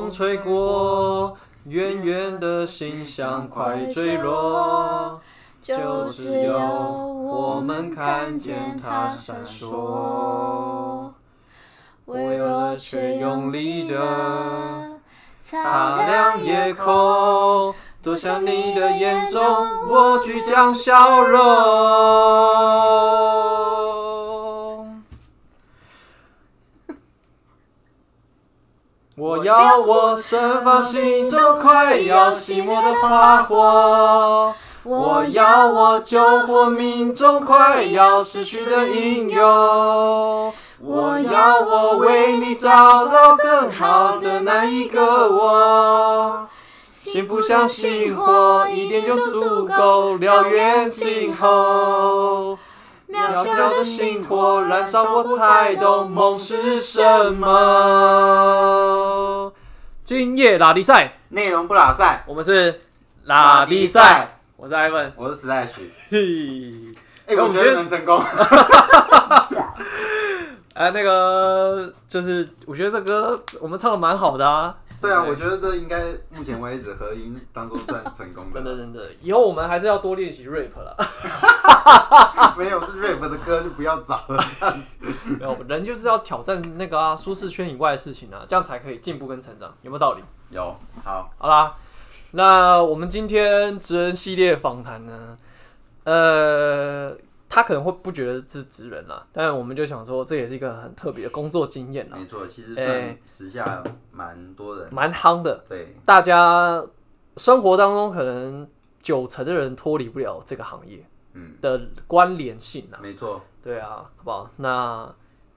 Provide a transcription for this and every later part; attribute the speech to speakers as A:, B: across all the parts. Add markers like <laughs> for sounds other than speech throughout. A: 风吹过，远远的心像块坠落，就只有我们看见它闪烁。微弱却用力的擦亮夜空，走向你的眼中，我去将笑容。我要我盛放心中快要熄灭的花火，我要我救活命中快要失去的英勇。我要我为你找到更好的那一个我，幸福像星火，一点就足够燎原今后。渺小的星火燃烧，我才懂梦是什么。今夜拉力赛，
B: 内容不拉塞，
A: 我们是拉力赛，，我是 Ivan。
B: 我是时代许。
A: 嘿
B: 哎、
A: 那我
B: 我
A: 们
B: 觉
A: 今
B: 得
A: 天
B: 能成功。
A: <laughs> 哎，那个就是，我觉得这歌我们唱的蛮好的啊，
B: 对啊，我觉得这应该目前为止合音当中算成功
A: <laughs> 真
B: 的。
A: 的真的，以后我们还是要多练习 rap 啊了。
B: 啊没有是 rap 的歌就不要找了，这样子。
A: 没有，人就是要挑战那个啊，舒适圈以外的事情啊，这样才可以进步跟成长， <laughs> 有没有道理？
B: 有好，
A: 好啦，那我们今天职人系列访谈呢，呃，他可能会不觉得是职人啦，但我们就想说，这也是一个很特别的工作经验啦，
B: 没错，其实
A: 哎
B: 算时下蛮多人。
A: 蛮夯的。
B: 对，
A: 大家生活当中可能九成的人脱离不了这个行业
B: 嗯，
A: 的关联性啊。
B: 没错。
A: 对啊，好不好？那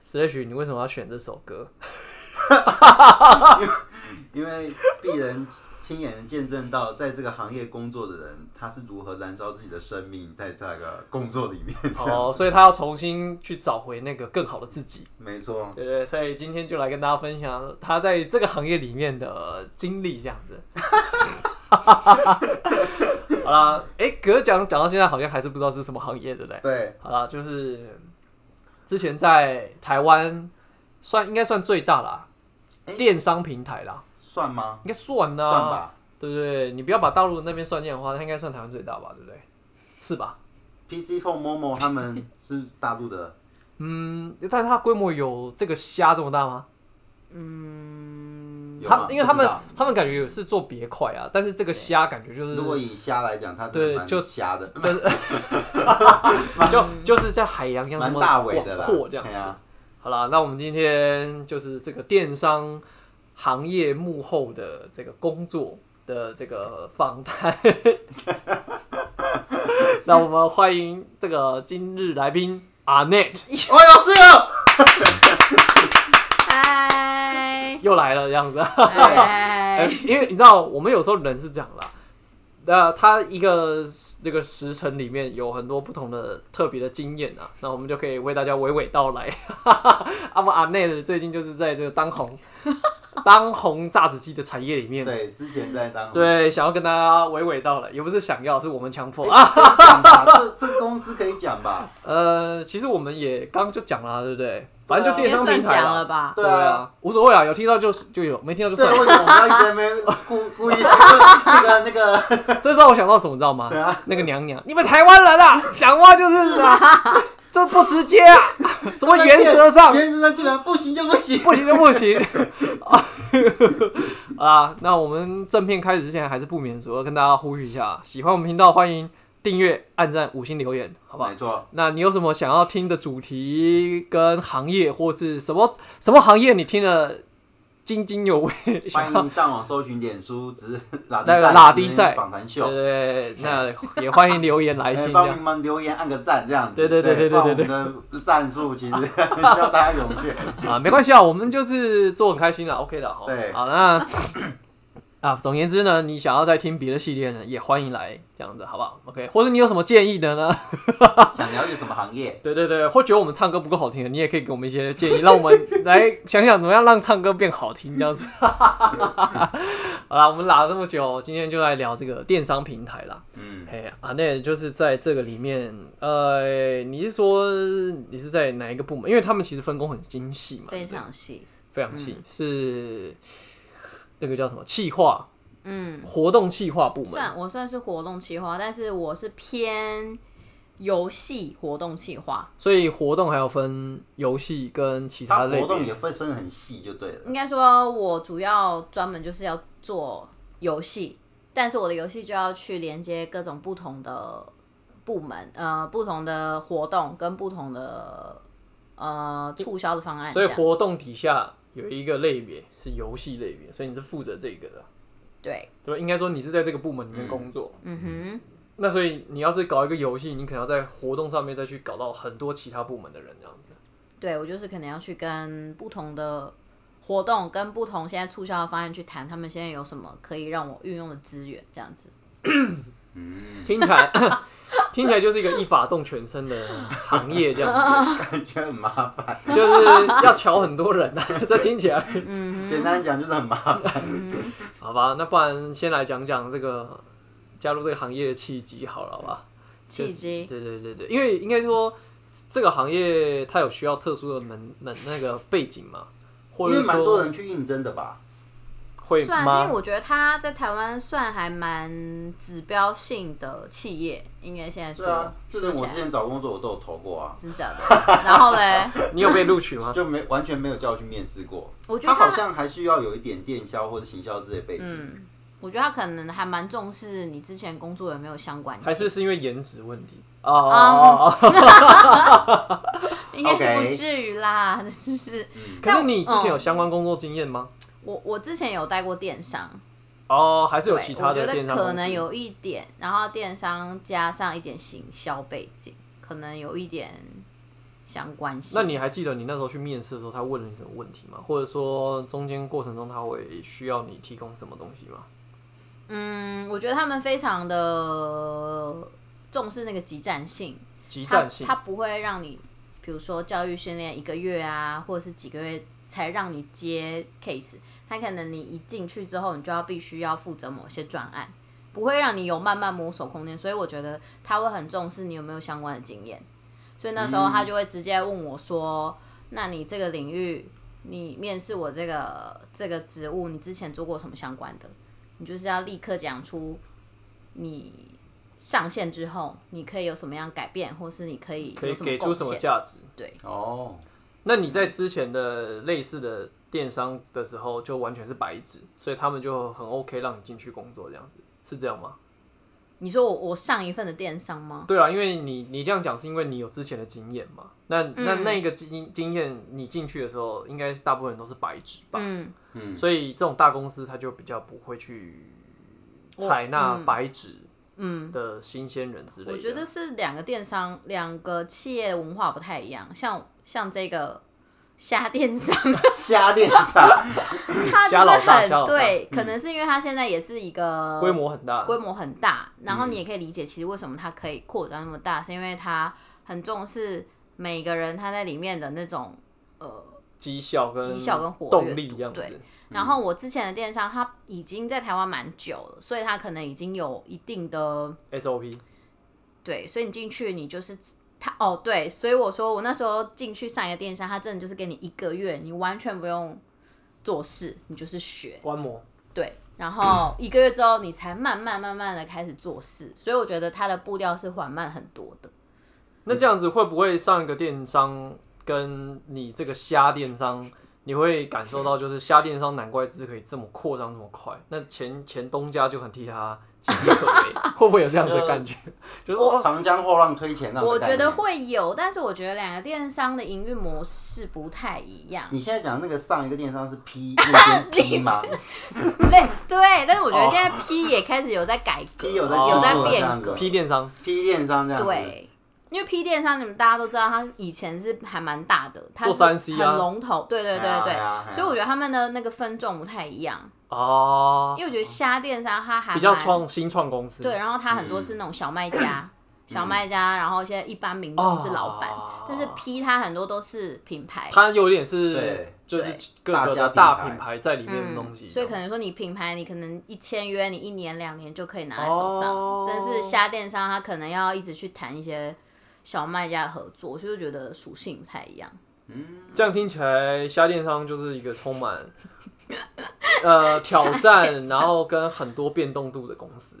A: Slash，你为什么要选这首
B: <laughs>
A: 歌？
B: 因为鄙人亲眼见证到，在这个行业工作的人，他是如何燃烧自己的生命在这个工作里面。
A: 哦，所以他要重新去找回那个更好的自己，
B: 没错，
A: 对不对？所以今天就来跟大家分享他在这个行业里面的经历，这样子。 <laughs> 好啦，哎、可是讲讲到现在，好像还是不知道是什么行业，对不对？
B: 对，
A: 好啦，就是之前在台湾算应该算最大啦，
B: 诶
A: 电商平台啦，
B: 算吗？
A: 应该算啊啦，
B: 算吧。
A: 对不对？你不要把大陆那边算进来的话，它应该算台湾最大吧，对不对？是吧？
B: PC Phone Momo 他们是大陆
A: <laughs>
B: 的，
A: 嗯，但是它规模有这个虾这么大吗？
C: 嗯，
B: 有
A: 他
B: 吗
A: 因为他们
B: 不知道
A: 他们感觉有是做别块啊，但是这个虾感觉就是
B: 如果以虾来讲，它真的
A: 对就
B: 蛮虾的，
A: 就是就就是在海洋一样那
B: 蛮
A: 么
B: 大
A: 广
B: 尾的啦。
A: 阔这样
B: 对
A: 子。
B: 啊，
A: 好啦，那我们今天就是这个电商行业幕后的这个工作的这个访
B: <laughs>
A: 谈。那我们欢迎这个今日来宾 Arnet
B: 我哦有事
A: <laughs>
B: 了。
C: 嗨，
A: 又来了，这
C: <laughs>
A: 样子。哎、
C: 嗨，
A: 因为你知道，我们有时候人是这样啦。那他一个这个时辰里面有很多不同的特别的经验啊，那我们就可以为大家娓娓道来。 <laughs> 阿姆阿内的最近就是在这个当
C: <laughs>
A: 红当红榨汁机的产业里面，
B: 对，之前在当
A: 对，想要跟大家娓娓道来，也不是想要，是我们强迫
C: 哎
A: 啊。
B: 可以讲吧，这这公司可以讲吧？
A: 呃，其实我们也刚刚就讲了啊，对不对？反正就
C: 也
A: 电商
C: 算
A: 平台
C: 讲
A: 啦
C: 了吧？
B: 对
A: 对
B: 啊，
A: 啊，无所谓啊，有听到就是就有，没听到就
B: 对，
A: 算了。
B: 为什么我们要一直在那边
A: <laughs>
B: 故故意那个那个？
A: 这让我想到什么，你知道吗？
B: 对啊，
A: 那个娘娘，你们台湾人
B: <laughs>
A: 啊，讲话就是啊，这不直接啊，什么原则上
B: 原则上基本上不行就
A: <laughs>
B: 不行。
A: 不行就不行啊。那我们正片开始之前，还是不免俗要跟大家呼吁一下，喜欢我们频道，欢迎订阅、按赞、五星留言，好不好
B: 没？错，
A: 那你有什么想要听的主题跟行业，或是什么什么行业你听了津津有味？想
B: 欢迎上网搜寻脸书，只是拉
A: 那
B: 低
A: 个
B: 赛
A: 拉低赛
B: 访谈
A: 对
B: 秀，
A: 对对，那也欢迎留言来
B: <laughs> 哎
A: 信。这
B: 帮
A: 样
B: 你们留言按个赞这样子。
A: 对对对对
B: 不然
A: 对对
B: 我们的
A: <laughs>
B: 赞数其实 <laughs> 需要大家踊跃。
A: 啊，没关系啊，我们就是做很开心啦 o k 的，好，
B: 对
A: 好那 <coughs> 啊，总言之呢，你想要再听别的系列呢，也欢迎来这样子，好不好？OK，或者你有什么建议的呢？
B: 想了解什么行业？
A: <laughs> 对对对，或觉得我们唱歌不够好听的，你也可以给我们一些建议，让我们来想想怎么样让唱歌变好听，这样子。 <laughs> 好啦，我们拉了那么久，今天就来聊这个电商平台啦。
B: 嗯，
A: 嘿啊，那也就是在这个里面，呃，你是说你是在哪一个部
B: 嗯
A: 门？因为他们其实分工很精细嘛，
C: 非常细，
A: 非常细，是那个叫什么企划
C: 嗯，
A: 活动企划部门。
C: 算我算是活动企划，但是我是偏游戏活动企划，
A: 所以活动还有分游戏跟其他
B: 它
A: 类
B: 活动
A: 别
B: 也。会分得很细就对了。
C: 应该说我主要专门就是要做游戏，但是我的游戏就要去连接各种不同的部门，呃，不同的活动跟不同的呃促销的方案，
A: 所以
C: 这样
A: 活动底下有一个类别是游戏类别，所以你是负责这个的，
C: 对，
A: 对吧？应该说你是在这个部门里面工作。
C: 嗯
A: 那所以你要是搞一个游戏，你可能要在活动上面再去搞到很多其他部门的人这样子。
C: 哼，对我就是可能要去跟不同的活动跟不同现在促销的方案去谈，他们现在有什么可以让我运用的资源，这样子。
B: 嗯，
A: 听起来 <laughs> 听起来就是一个一法中全身的行业，这样
B: 感嗯 <laughs> 觉很麻烦。
C: <laughs>
A: 子，就是要瞧很多人啊。 <laughs> 这听起来
C: 嗯
B: 简单讲就是很麻烦。
A: <laughs> 好吧，那不然先来讲讲这个加入这个行业的契机好了，好吧？
C: 契机
A: 对对对对，因为应该说这个行业它有需要特殊的门门那个背景嘛，
B: 因
A: 或者
B: 为
A: 是
B: 蛮多
A: 说
B: 人去应征的吧？
A: 会
C: 算，是因
A: 吗
C: 为？我觉得他在台湾算还蛮指标性的企业，应该现在
B: 对
C: 说、
B: 啊，就
C: 说
B: 连
C: 起
B: 我
C: 来
B: 之前找工作我都有投过啊，
C: 真假的。然后嘞，
A: 你有被录取吗？
B: <laughs> 就没完全没有叫我去面试过。
C: 我觉
B: 他
C: 得
B: 好
C: 他，
B: 像还需要有一点电销或者行销之类的背景。
C: 嗯，我觉得他可能还蛮重视你之前工作有没有相关性，
A: 还是是因为颜值问题？哦哦哦哦！
C: 应该是
B: OK 嗯
C: 不至于啦， <laughs> 只是
A: 可是你之前有相关工作经验吗？
C: 我我之前有带过电商，
A: 哦，还是有
C: 嗯对
A: 其他
C: 我觉
A: 的
C: 得
A: 电商
C: 可
A: 公
C: 能
A: 司
C: 有一点，然后电商加上一点行销背景，可能有一点相关性。
A: 那你还记得你那时候去面试的时候，他问了你什么问题吗？或者说中间过程中他会需要你提供什么东西吗？
C: 嗯，我觉得他们非常的重视那个集战性，
A: 集战性
C: 他，他不会让你，比如说教育训练一个月啊，或者是几个月才让你接 case，他可能你一进去之后，你就要必须要负责某些专案，不会让你有慢慢摸索空间，所以我觉得他会很重视你有没有相关的经验，所以那时候
A: 嗯
C: 他就会直接问我说，那你这个领域。你面试我这个这个职务，你之前做过什么相关的？你就是要立刻讲出你上线之后，你可以有什么样改变，或是你可以
A: 可以
C: 有
A: 给出
C: 贡
A: 什么
C: 献。
A: 价值？
C: 对，
B: 哦，
A: 那你在之前的类似的电商的时候，就完全是白纸，所以他们就很 OK 让你进去工作，这样子是这样吗？
C: 你说我我上一份的电商吗？
A: 对啊，因为你你这样讲是因为你有之前的经验嘛。那那
C: 嗯
A: 那个经经验，你进去的时候，应该大部分人都是白纸吧？
C: 嗯，
B: 嗯，
A: 所以这种大公司它就比较不会去采纳白纸
C: 嗯
A: 的新鲜人之类的。
C: 我觉得是两个电商两个企业文化不太一样，像像这个虾
A: <laughs>
C: 电商，
B: 瞎电
C: <laughs>
B: 商，
C: 它就
A: 虾老
C: 是
A: 大虾老
C: 很
A: 大嗯
C: 对，可能是因为它现在也是一个
A: 规模很大，
C: 规模很大，然后你也可以理解，其实为什么它可以扩张那么大，是因为它很重视每个人他在里面的那种呃。
A: 绩效跟
C: 绩效跟活跃
A: 动力这样
C: 对
A: 子。
C: 然后我之前的电商，它已经在台湾蛮久了，所以它可能已经有一定的
A: SOP
C: 对，所以你进去你就是它哦对，所以我说我那时候进去上一个电商，它真的就是给你一个月，你完全不用做事，你就是学
A: 观摩，
C: 对，然后一个月之后你才慢慢慢慢的开始做事，所以我觉得它的步调是缓慢很多的。
A: 那这样子会不会上一个电商跟你这个虾电商，你会感受到就是虾电商难怪之可以这么扩张这么快？那前前东家就很替他岌岌可危，会不会有这样子的感觉？就是哦
B: 长江后浪推前浪。
C: 我觉得。会有，但是我觉得两个电商的营运模式不太一样。
B: 你现在讲那个上一个电商是
C: <laughs>
B: P 那边 P 吗？
C: 类似对，但是我觉得现在 P 也开始有在改革，
B: 哦 P 有在
A: 进步
C: 在
A: 了这
C: 变
B: 样
C: 革
B: 子，
A: 批哦电商，
B: P 电商这样子。，
C: 对。因为 P 电商，你们大家都知道，它以前是还蛮大的，它
A: 做
C: 是
A: 3C 啊
C: 很龙头，对对对
B: 哎
C: 对，
B: 呀
C: 所以我觉得他们的那个分众不太一样，
A: 哦
C: 因，为我觉得虾电商它还
A: 比较
C: 蛮
A: 创新创公司，
C: 对，然后它很多
B: 嗯
C: 是那种小卖家，小卖家，然后现在一般民众是老板
A: 哦，
C: 但是 P 它很多都是品牌，
A: 它有点是
B: 对
A: 就是
C: 对
A: 各个的
B: 大家
A: 大
B: 品牌
A: 品牌在里面的东
C: 嗯
A: 西，，
C: 所以可能说你品牌，你可能一签约，你一年两年就可以拿在手上，
A: 哦
C: 但是虾电商他可能要一直去谈一些小卖家的合作，所以我觉得属性不太一样。
A: 这样听起来虾电商就是一个充满呃挑战，然后跟很多变动度的公司。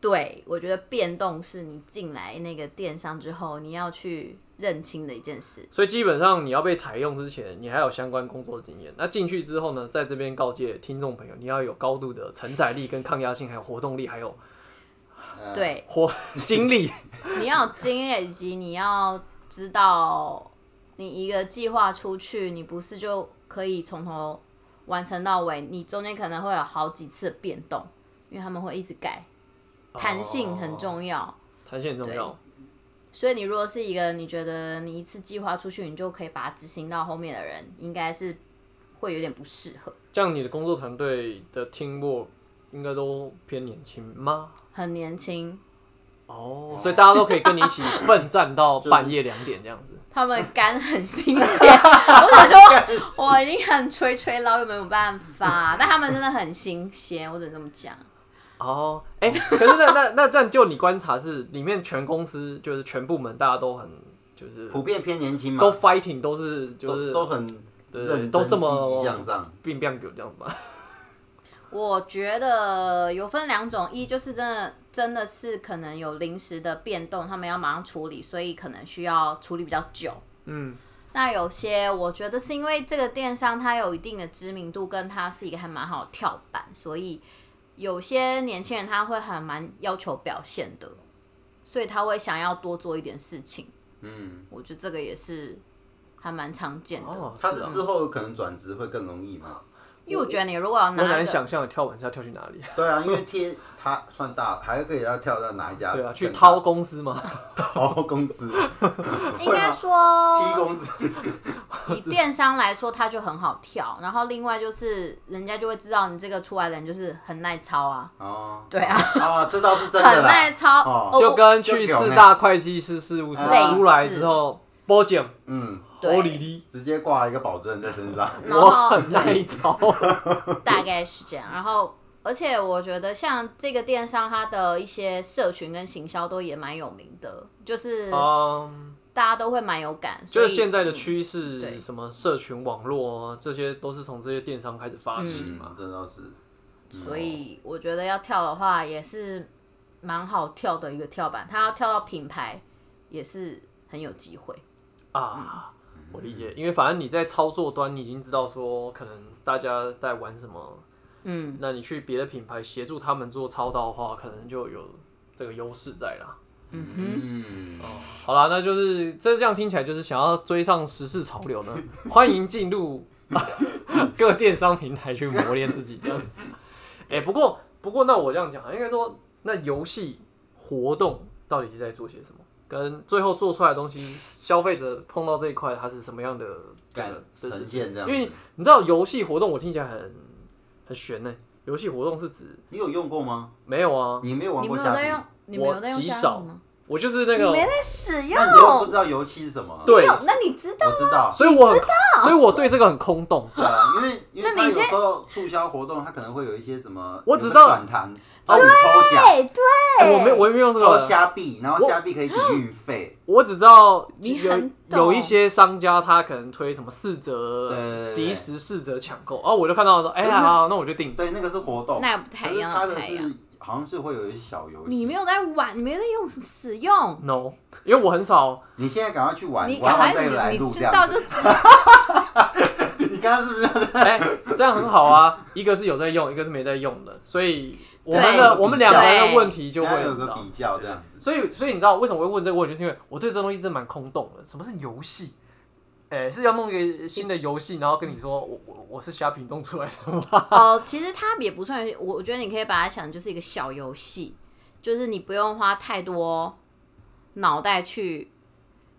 C: 对，我觉得变动是你进来那个电商之后，你要去认清的一件事。
A: 所以基本上你要被采用之前，你还有相关工作经验。那进去之后呢，在这边告诫听众朋友，你要有高度的承载力、跟抗压性，还有活动力，还有
B: 呃，
C: 对，
A: 活 <laughs> 精力。
C: 你要有经验，以及你要知道，你一个计划出去，你不是就可以从头完成到尾，你中间可能会有好几次变动，因为他们会一直改，弹性
A: 哦
C: 很
A: <laughs>
C: 重要。
A: 弹性很重
B: 哦
A: 要。
C: 所以你如果是一个你觉得你一次计划出去，你就可以把它执行到后面的人，应该是会有点不适合，
A: 这样你的工作团队的 teamwork 应该都偏年轻吗？
C: 很年轻，
A: 哦，所以大家都可以跟你一起奋战到
B: 是
A: 半夜两点这样
B: <laughs>
A: 子。
C: 他们肝很新鲜。我想说，我已经很垂垂老友，没有办法，但他们真的很新鲜，我只能这么讲。
A: 哦，哎、可是那那那这样就你观察是里面全公司就是全部门大家都很就是
B: 普遍偏年轻嘛
A: 都，fighting 都是就
B: 都
A: 是
B: 都很
A: 对
B: 认真
A: 都这么
B: 积极向上，
A: 并并有这样吧。
C: <laughs> 我觉得有分两种，一就是真的真的是可能有临时的变动，他们要马上处理，所以可能需要处理比较久。
A: 嗯，
C: 那有些我觉得是因为这个电商它有一定的知名度，跟它是一个还蛮好的跳板，所以有些年轻人他会还蛮要求表现的，所以他会想要多做一点事情。
B: 嗯，
C: 我觉得这个也是还蛮常见的，
A: 哦，
B: 他是
A: 啊
B: 之后可能转职会更容易嘛？
C: 因为我觉得你如果要
A: 我
C: 拿
A: 很
C: 一
A: 难
C: <laughs> 个
A: 想象你跳完是要跳去哪里。
B: 对啊，因为贴他算大，还可以要跳到哪一家？
A: 对啊，去掏公司嘛。
B: 掏工资，
C: 应该说 <laughs>
B: 踢工资。
C: 以电商来说，它就很好跳。然后另外就是，人家就会知道你这个出来的人就是很耐操啊， <laughs>
B: 哦，
C: 对啊，
B: 啊，这倒是真的
C: 很
B: 啦
C: 耐。操。
A: <laughs>
C: 哦
B: 哦
A: 啊就
C: 我
A: 跟去四大会计师事务所
B: 类似
A: 出来之后，波姐、
B: 嗯，
A: 欧
C: 对
A: 里里，
B: 直接挂一个保证在身上。
C: 然
A: 我
C: 后
A: 很耐
C: <laughs> 对，
A: 操。
C: 大概是这样。然后，而且我觉得像这个电商，它的一些社群跟行销都也蛮有名的，就是
A: <laughs> 嗯，
C: 大家都会蛮有感。所
A: 就
C: 以
A: 是现在的
C: 嗯
A: 趋
C: 对
A: 势，什么社群网络啊，这些都是从这些电商开始发起
B: 嗯
A: 嘛，。
B: 这倒是。
C: 嗯所以我觉得要跳的话，也是蛮好跳的一个跳板。它要跳到品牌，也是很有机会。
A: 啊，
C: 嗯
A: 我理解，因为反正你在操作端，你已经知道说可能大家在玩什么，
C: 嗯。
A: 那你去别的品牌协助他们做操刀的话，可能就有这个优势在啦。
B: 嗯，
A: 好啦，那就是这这样听起来就是想要追上时事潮流呢，欢迎进入 <laughs> 各电商平台去磨练自己这样子。哎、不过不过，那我这样讲，啊应该说那游戏活动到底是在做些什么？跟最后做出来的东西，消费者碰到这一块，它是什么样的这
B: 感
A: 个这
B: 呈现这样
A: 因为
B: 子。
A: 你知道游戏活动，我听起来很很悬呢、游戏活动是指
B: 你有用过吗？
A: 没有啊，
B: 你没有玩
C: 你
B: 过
C: 没有
B: 虾
C: 在
B: 皮
C: 用，，你没有在用
A: 极
C: 虾
A: 少
C: 米吗？
A: 我就是那
C: 你
A: 个
C: 没在使用
B: 那，你又不知道油漆是什么？
A: 对
C: 你有，那你知道
B: 我知道。
A: 所以我所以我对这个很空洞。
B: 对啊，因为因为
C: 那
B: 它
C: 你
B: 有
C: 先
B: 时候促销活动，它可能会有一些什么，
A: 我只
B: 有
A: 知
B: 个
A: 道
B: 转盘，然后你抽奖，
C: 哎，对，
A: 哎、我没我没有用这
B: 抽
A: 个，
B: 虾币，然后虾币可以抵运费，
A: 我只知道
C: 你
A: 有
C: 很懂
A: 有一些商家他可能推什么四
B: 对对
A: 折、
B: 对
A: 即时四折抢购，然后我就看到说，哎、呀，好，那我就订。
B: 对，那个是活动，
C: 那也不太一样
B: 可是
C: 不
B: 它
C: 太
B: 的
C: 一样
B: 是好像是会有一些小游戏，
C: 你没有在玩，你没有在用使用，
A: no，因为我很少，
B: 你现在赶快去玩
C: 你，赶
B: 嗯玩完
C: 快
B: 再来
C: 你
B: 录
C: 你
B: 这
C: 知
B: 样
C: 道
B: 子。
C: 就知，
B: <laughs> 你刚刚是不是
A: 哎、这样很好啊。 <laughs> 一个是有在用，一个是没在用的，所以我们的
C: 对
A: 我们两个人的
C: 对
A: 问题就会
B: 要有
A: 很
B: 个
A: 大
B: 比较这样子？
A: 所以，所以你知道为什么会问这个问题，就是因为我对这东西真的蛮空洞的。什么是游戏？哎、是要弄一个新的游戏，然后跟你说我我我是虾皮弄出来的吗？
C: 哦，其实它也不算游戏，我我觉得你可以把它想就是一个小游戏，就是你不用花太多脑袋去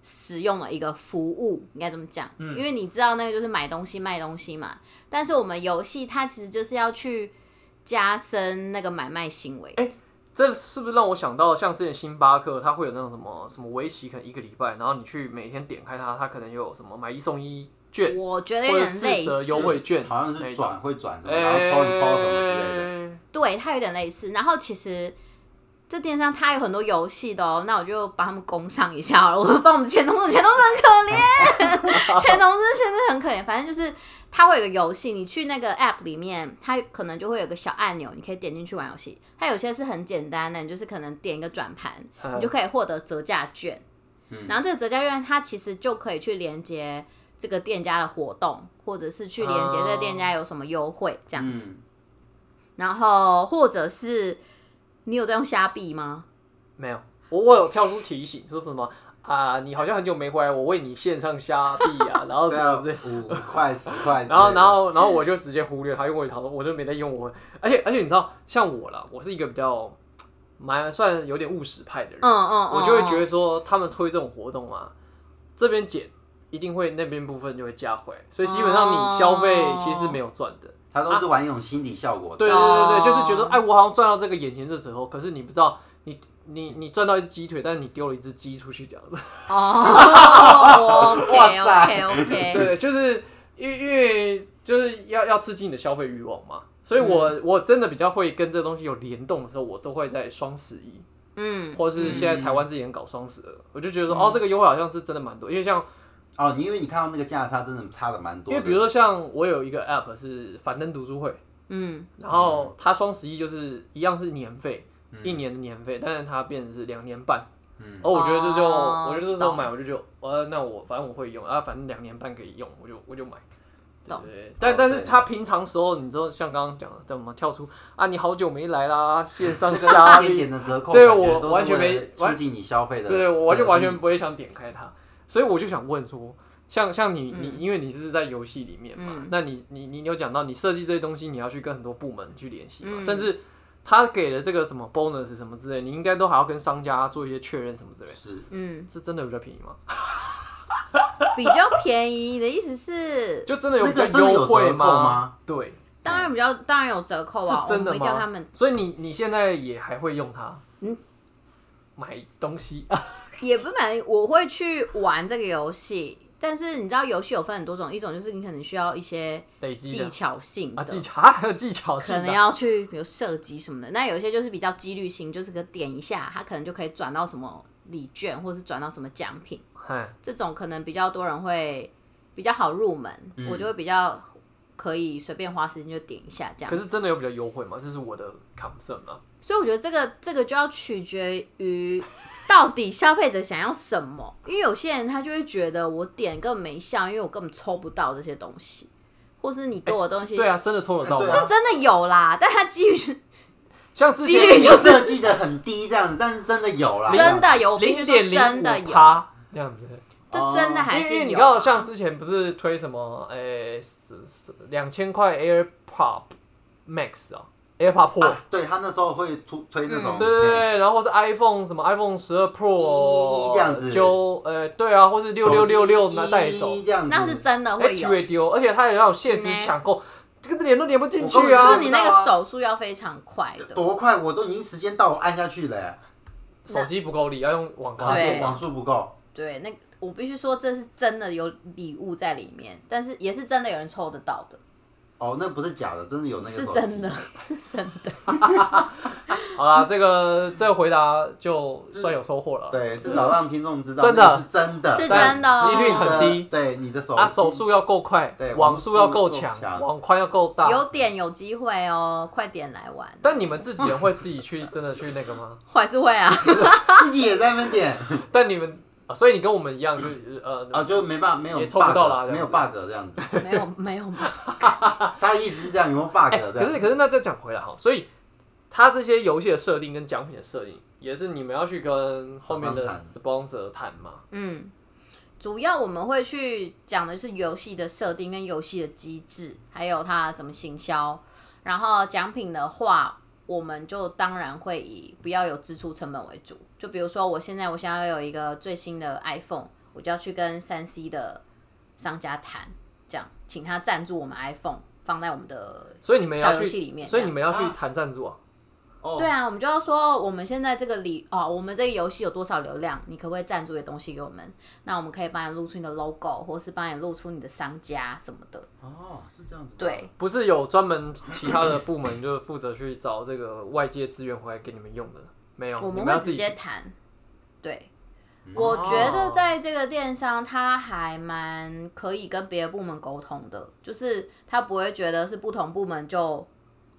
C: 使用的一个服务，应该怎么讲？
B: 嗯
C: 因为你知道那个就是买东西卖东西嘛，但是我们游戏它其实就是要去加深那个买卖行为。
A: 这是不是让我想到像之前星巴克，它会有那种什么什么围棋，可能一个礼拜，然后你去每天点开它，它可能有什么买一送一券，
C: 我觉得有
A: 或者
C: 点
A: 四
C: 类
A: 折
C: 似，
A: 优惠券，
B: 好像
A: 那
B: 是
A: 种，
B: 转会转什么，
A: 哎
B: 然后抽你抽什么之类的。
C: 对，它有点类似。然后其实这电商它有很多游戏的哦，那我就帮他们工商一下好了。我帮我们钱东子，钱
A: <laughs>
C: 东子很可怜，钱东子现在很可怜。反正就是它会有个游戏，你去那个 App 里面，它可能就会有个小按钮，你可以点进去玩游戏。它有些是很简单的，你就是可能点一个转盘，你
A: 嗯
C: 就可以获得折价券。
B: 嗯
C: 然后这个折价券它其实就可以去连接这个店家的活动，或者是去连接这个店家有什么优惠这样子。
B: 嗯，
C: 然后或者是你有在用虾币吗？
A: 没有，我我有跳出提醒，说什么啊？你好像很久没回来，我为你献上虾币啊，然后
B: 对
A: 什
B: 啊
A: 么之类，，
B: 五块十块之类的，
A: 然后然后然后我就直接忽略它，因为我想说我就没在用我，而且而且你知道，像我啦，我是一个比较蛮算有点务实派的人，
C: 嗯嗯，
A: 我就会觉
C: 得
A: 得说他们推这种活动啊，这边减一定会那边部分就会加回来，所以基本上
C: 哦
A: 你消费其实没有赚的。
B: 他都是玩一种心理效果的，
A: 对对对对，就是觉得
C: 哦
A: 哎，我好像赚到这个眼前这时候，可是你不知道，你你你赚到一只鸡腿，但是你丢了一只鸡出去，这样子。
C: 哦
B: 哇
C: ，OK
B: 塞
C: OK
A: <laughs>
C: OK，
A: 对，就是因为因为就是要要刺激你的消费欲望嘛。所以我、
C: 嗯
A: 我真的比较会跟这东西有联动的时候，我都会在双十一，
C: 嗯，
A: 或是现在台湾之前搞双十二，我就觉得说、哦，这个优惠好像是真的蛮多，因为像
B: 哦，你因为你看到那个价差真的差的蛮多
A: 因
B: 的，
A: 为比如说像我有一个 app 是樊登读书会，
C: 嗯
A: 然后它双十一就是一样是年费，一年的年费，但是它变成是两年半。
B: 嗯
A: 哦，我觉得这就，
C: 哦
A: 我觉得这时候
C: 懂
A: 买，我就觉得，呃，那我反正我会用啊，反正两年半可以用，我就我就买。对
C: 懂
A: 对对但
B: 哦
A: 但是
B: 对
A: 他平常时候，你知道像刚刚讲的，怎么跳出啊？你好久没来啦，线
B: <laughs>
A: 上虾
B: 一点
A: 币，
B: 点的折扣，
A: 对
B: 感觉
A: 我
B: 都是
A: 完全
B: 为了
A: 没
B: 促
A: 完
B: 进你消费的，
A: 对我完全
B: 的
A: 完
B: 心
A: 全
B: 理
A: 不会想点开它，所以我就想问说，像像你
B: 嗯
A: 你，因为你是在游戏里面嘛
C: 嗯，
A: 那你你你有讲到你设计这些东西，你要去跟很多部门去联系嘛，
C: 嗯
A: 甚至他给的这个什么 bonus 什么之类，你应该都还要跟商家做一些确认什么之类， <laughs>
B: 是
C: 嗯，
A: 是真的比较便宜吗？
C: 比较便宜的意思是，
A: 就真的有比较
B: 那个真的有
A: 优惠
B: 折扣吗
A: 对，
C: 当然比较当然有折扣啊，
A: 是真
C: 我
A: 的
C: 们会叫他
A: 吗
C: 们？
A: 所以你你现在也还会用它？
C: 嗯，
A: 买东西啊？
C: 也不买，我会去玩这个游戏。但是你知道游戏有分很多种，一种就是你可能需要一些
A: 累积
C: 技
A: 的
C: 巧性的，
A: 啊，技巧啊 <laughs> 还有技巧性
C: 可能
A: 的，
C: 要去比如射击什么的。那有些就是比较几率型，就是个点一下，它可能就可以转到什么礼券，或是转到什么奖品。
A: 嗨，
C: 这种可能比较多人会比较好入门，
A: 嗯
C: 我就会比较可以随便花时间就点一下这
A: 可
C: 样。
A: 是真的有比较优惠吗？这是我的 concern 啊。
C: 所以我觉得这个这个就要取决于到底消费者想要什么，因为有些人他就会觉得我点根本没效，因为我根本抽不到这些东西，或是你给我的东西、
A: 对啊，真的抽得到吗
B: 哎？对啊
C: 是真的有啦，但他基于是
A: 像之
C: 几率
A: 前
C: 就是
B: 设计的很低这样子，但是真的有啦，
C: 真的有，我必
A: 零
C: 须说
A: 点
C: 真的
A: 零
C: 有
A: 五，趴这样子，
C: 这真的
A: 哦
C: 还
A: 因为
C: 是
A: 因为你
C: 有
A: 知道，像之前不是推什么，诶，两千块 AirPod Max 啊，AirPod Pro，
B: 啊对他那时候会推推那种，
A: 嗯对对对，然后或是 iPhone 什么 iPhone 十二 Pro
B: 一这样子
A: 九呃对啊，或是六六六六拿带走，
B: 一这样子，
C: 那是真的
A: 哎
C: 会有，
A: 会丢，而且它也要有限时
C: 是呢
A: 抢购，这个连都连不进去
B: 我根本
C: 就
A: 啊
C: 是！你那个手速要非常快的。
B: 多快，我都已经时间到，我按下去了欸，
A: 手机不够力，要用网咖。
C: 对
B: 网速不够，
C: 对，那我必须说这是真的有礼物在里面，但是也是真的有人抽得到的，
B: 哦，那不是假的，真的有那个
C: 是
B: 手机
C: 真的，，是真的。
A: 好啦，这个这个回答就算有收获了。
B: 对，至少让听众知道
A: 真的
B: 那个是真的，
C: 是
A: 但
C: 真的哦
A: 几率很低。
B: 对，你的手
A: 啊，手速要够快
B: 对，
A: 网速要够
B: 网速够强
A: 强，网宽要够大。
C: 有点有机会哦，快点来玩。
A: 但你们自己人会自己去真的去那个吗？ <laughs>
C: 我还是会啊， <laughs>
B: 自己也在那边点，
A: 但你们，啊所以你跟我们一样，就是呃，
B: <laughs> 啊，就没办法，没有
A: 也
B: bug，
A: 抽不到啦这样子
B: 没有 bug 这样子。 <laughs>
C: 没有没有嘛，
B: 他的意思是这样，有没有 bug
A: 哎
B: 这
A: 可是
B: 样？
A: 可是那再讲回来哈，所以它这些游戏的设定跟奖品的设定，也是你们要去跟后面的
B: 厂
A: sponsor 谈嘛。
C: 嗯。主要我们会去讲的是游戏的设定跟游戏的机制，还有它怎么行销。然后奖品的话，我们就当然会以不要有支出成本为主。就比如说，我现在我想要有一个最新的 iPhone，我就要去跟三 C 的商家谈，这样请他赞助我们 iPhone 放在我们的
A: 所以你们要
C: 小游
A: 去
C: 戏里面
A: 所以你们要去
B: 啊
A: 谈赞助啊。哦
C: 对啊，我们就要说我们现在这个里哦，我们这个游戏有多少流量，你可不可以赞助点东西给我们？那我们可以帮你露出你的 logo，或是帮你露出你的商家什么的。
B: 哦，是这样子。
C: 对，
A: 不是有专门其他的部门就是负责去找这个外界资源回来给你们用的，没有，
C: 我
A: 哦你
C: 们
A: 要
C: 会
A: 自
C: 直
A: 己嗯
C: 接谈。对，我觉得在这个电商，他还蛮可以跟别的部门沟通的，就是他不会觉得是不同部门就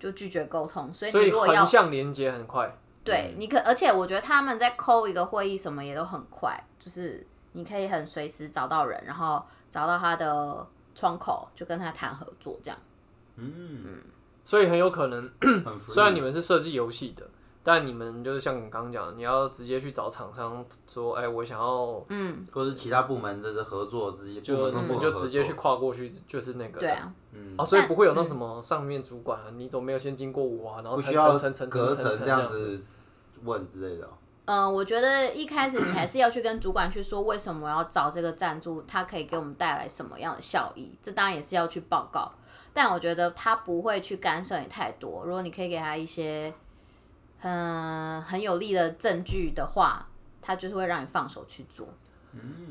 C: 就拒绝沟通，所以
A: 所
C: 你
A: 以
C: 如果要
A: 横向连接很快，
C: 对你可，而且我觉得他们在抠一个会议什么也都很快，就是你可以很随时找到人，然后找到他的窗口，就跟他谈合作这样。
B: 嗯，
A: 所以很有可能，
C: 嗯
B: 很 free
A: 虽然你们是设计游戏的，但你们就是像你刚刚讲的，你要直接去找厂商说，哎，我想要，
C: 嗯，
B: 或者是其他部门的合作，直接
A: 就
B: 部门
A: 你
B: 跟
A: 们
B: 部门
A: 就
B: 合
A: 直接
B: 作
A: 去跨过去，就是那个
C: 对啊，
B: 嗯
A: 哦，所以不会有那什么上面主管啊，你怎么没有先经过我啊？然后
B: 不
A: 层
B: 需要
A: 层层层
B: 隔
A: 层
B: 层
A: 层
B: 这样。子问之类的哦。
C: 嗯，我觉得一开始你还是要去跟主管去说，为什么要找这个赞助，它可以给我们带来什么样的效益，这当然也是要去报告。但我觉得他不会去干涉你太多，如果你可以给他一些嗯很有力的证据的话，他就是会让你放手去做。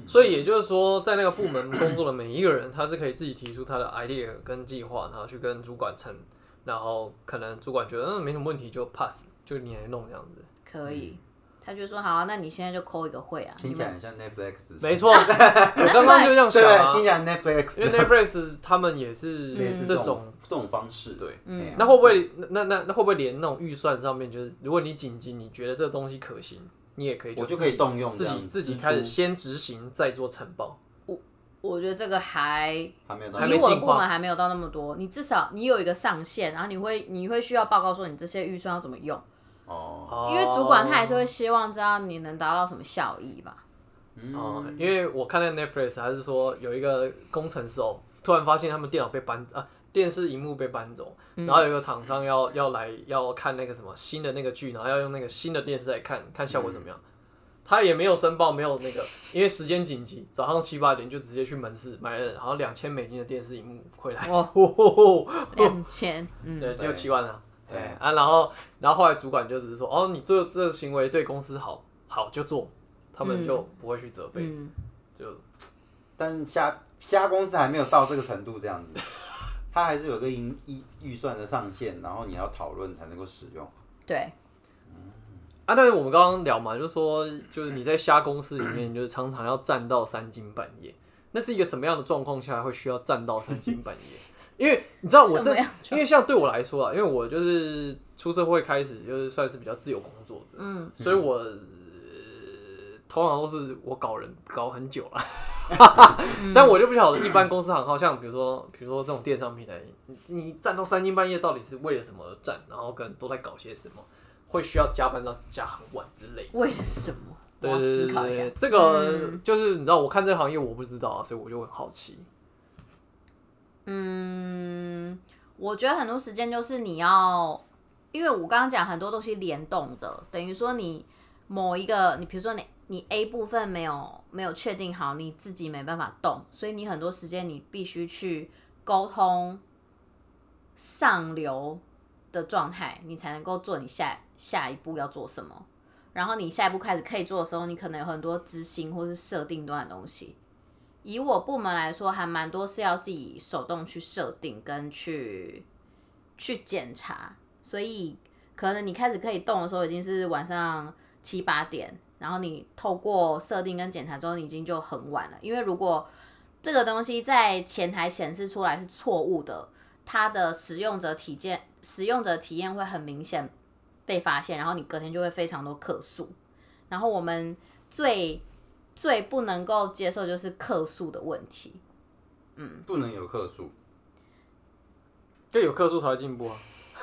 A: 所以也就是说，在那个部门工作的每一个人，他是可以自己提出他的 idea 跟计划，然后去跟主管称，然后可能主管觉得嗯没什么问题就 pass，就你来弄这样子。
C: 可
A: 嗯
C: 以，他就说好、啊，那你现在就扣一个会啊，
B: 听起来很像 Netflix，
A: 没错， <laughs> 我刚刚就这样想
B: 对，听
A: 啊，
B: 起来 Netflix
A: 因为 Netflix 他们也是
B: 类似
A: 这种
B: 种这种方式，对，
C: 嗯
B: 哎呀
A: 那会不会那那那那会不会连那种预算上面，就是如果你紧急，你觉得这个东西可行，你也可以
B: 我就
A: 自
B: 可以
A: 己
B: 动用
A: 自
B: 这样
A: 己自己
B: 支
A: 开始
B: 出
A: 先执行，再做呈报。
C: 我觉得这个还
B: 还没有到
A: 还
C: 以
A: 没
C: 我的
A: 进
C: 部
A: 化
C: 门还没有到那么多，你至少你有一个上限，然后你会你会需要报告说你这些预算要怎么用，
B: 哦，
A: 因
C: 因为主管他还是会希望知道你能达到什么效益吧。
A: 哦、
B: 嗯，
A: 因为我看那 Netflix 还是说有一个工程师哦，突然发现他们电脑被搬啊，电视荧幕被搬走，然后有一个厂商要要来要看那个什么新的那个剧，然后要用那个新的电视来看看效果怎么样。他也没有申报，没有那个，因为时间紧急，早上七八点就直接去门市买了，好像两千美金的电视荧幕回来，
C: 哦
A: 哦，
C: <laughs> 两千，嗯，
A: 对，
B: 对
A: 六七万啊，对
B: 对
A: 啊，然后然后后来主管就只是说，哦，你做这个行为对公司好，好就做，他们就不会去 <laughs> 责备，
C: 嗯，
A: 就
B: 但虾虾公司还没有到这个程度这样子， <laughs> 它还是有个营预预算的上限，然后你要讨论才能够使用。
C: 对，
A: 啊，但是我们刚刚聊嘛，就说就是你在虾公司里面，就是常常要站到三更半夜，那是一个什么样的状况下会需要站到三更半夜？因为你知道我
C: 什
A: 这
C: 么样，
A: 因为像对我来说啊，因为我就是出社会开始就是算是比较自由工作者，
C: 嗯，
A: 所以我、呃通常都是我搞人搞很久了，
C: 嗯
A: <laughs> 但我就不晓得一般公司行号，像比如说比如说这种电商平台，你你站到三更半夜到底是为了什么而站，然后可能都在搞些什么，会需要加班到加很晚之类的。
C: 为了什么？我
A: 对
C: 要思考一下
A: 对对。对这个就是你知道，我看这个行业我不知道啊，所以我就很好奇。
C: 嗯，我觉得很多时间就是你要，因为我刚刚讲很多东西联动的，等于说你某一个，你比如说你你 A 部分没有没有确定好，你自己没办法动，所以你很多时间你必须去沟通上流的状态，你才能够做你下下一步要做什么。然后你下一步开始可以做的时候，你可能有很多执行或是设定端的东西。以我部门来说，还蛮多是要自己手动去设定跟去去检查，所以可能你开始可以动的时候已经是晚上七八点，然后你透过设定跟检查之后，你已经就很晚了。因为如果这个东西在前台显示出来是错误的，它的使用者体验使用者体验会很明显被发现，然后你隔天就会非常多客诉。然后我们最最不能够接受就是客诉的问题。
B: 不能有客诉，
A: 就有客数才会进步啊。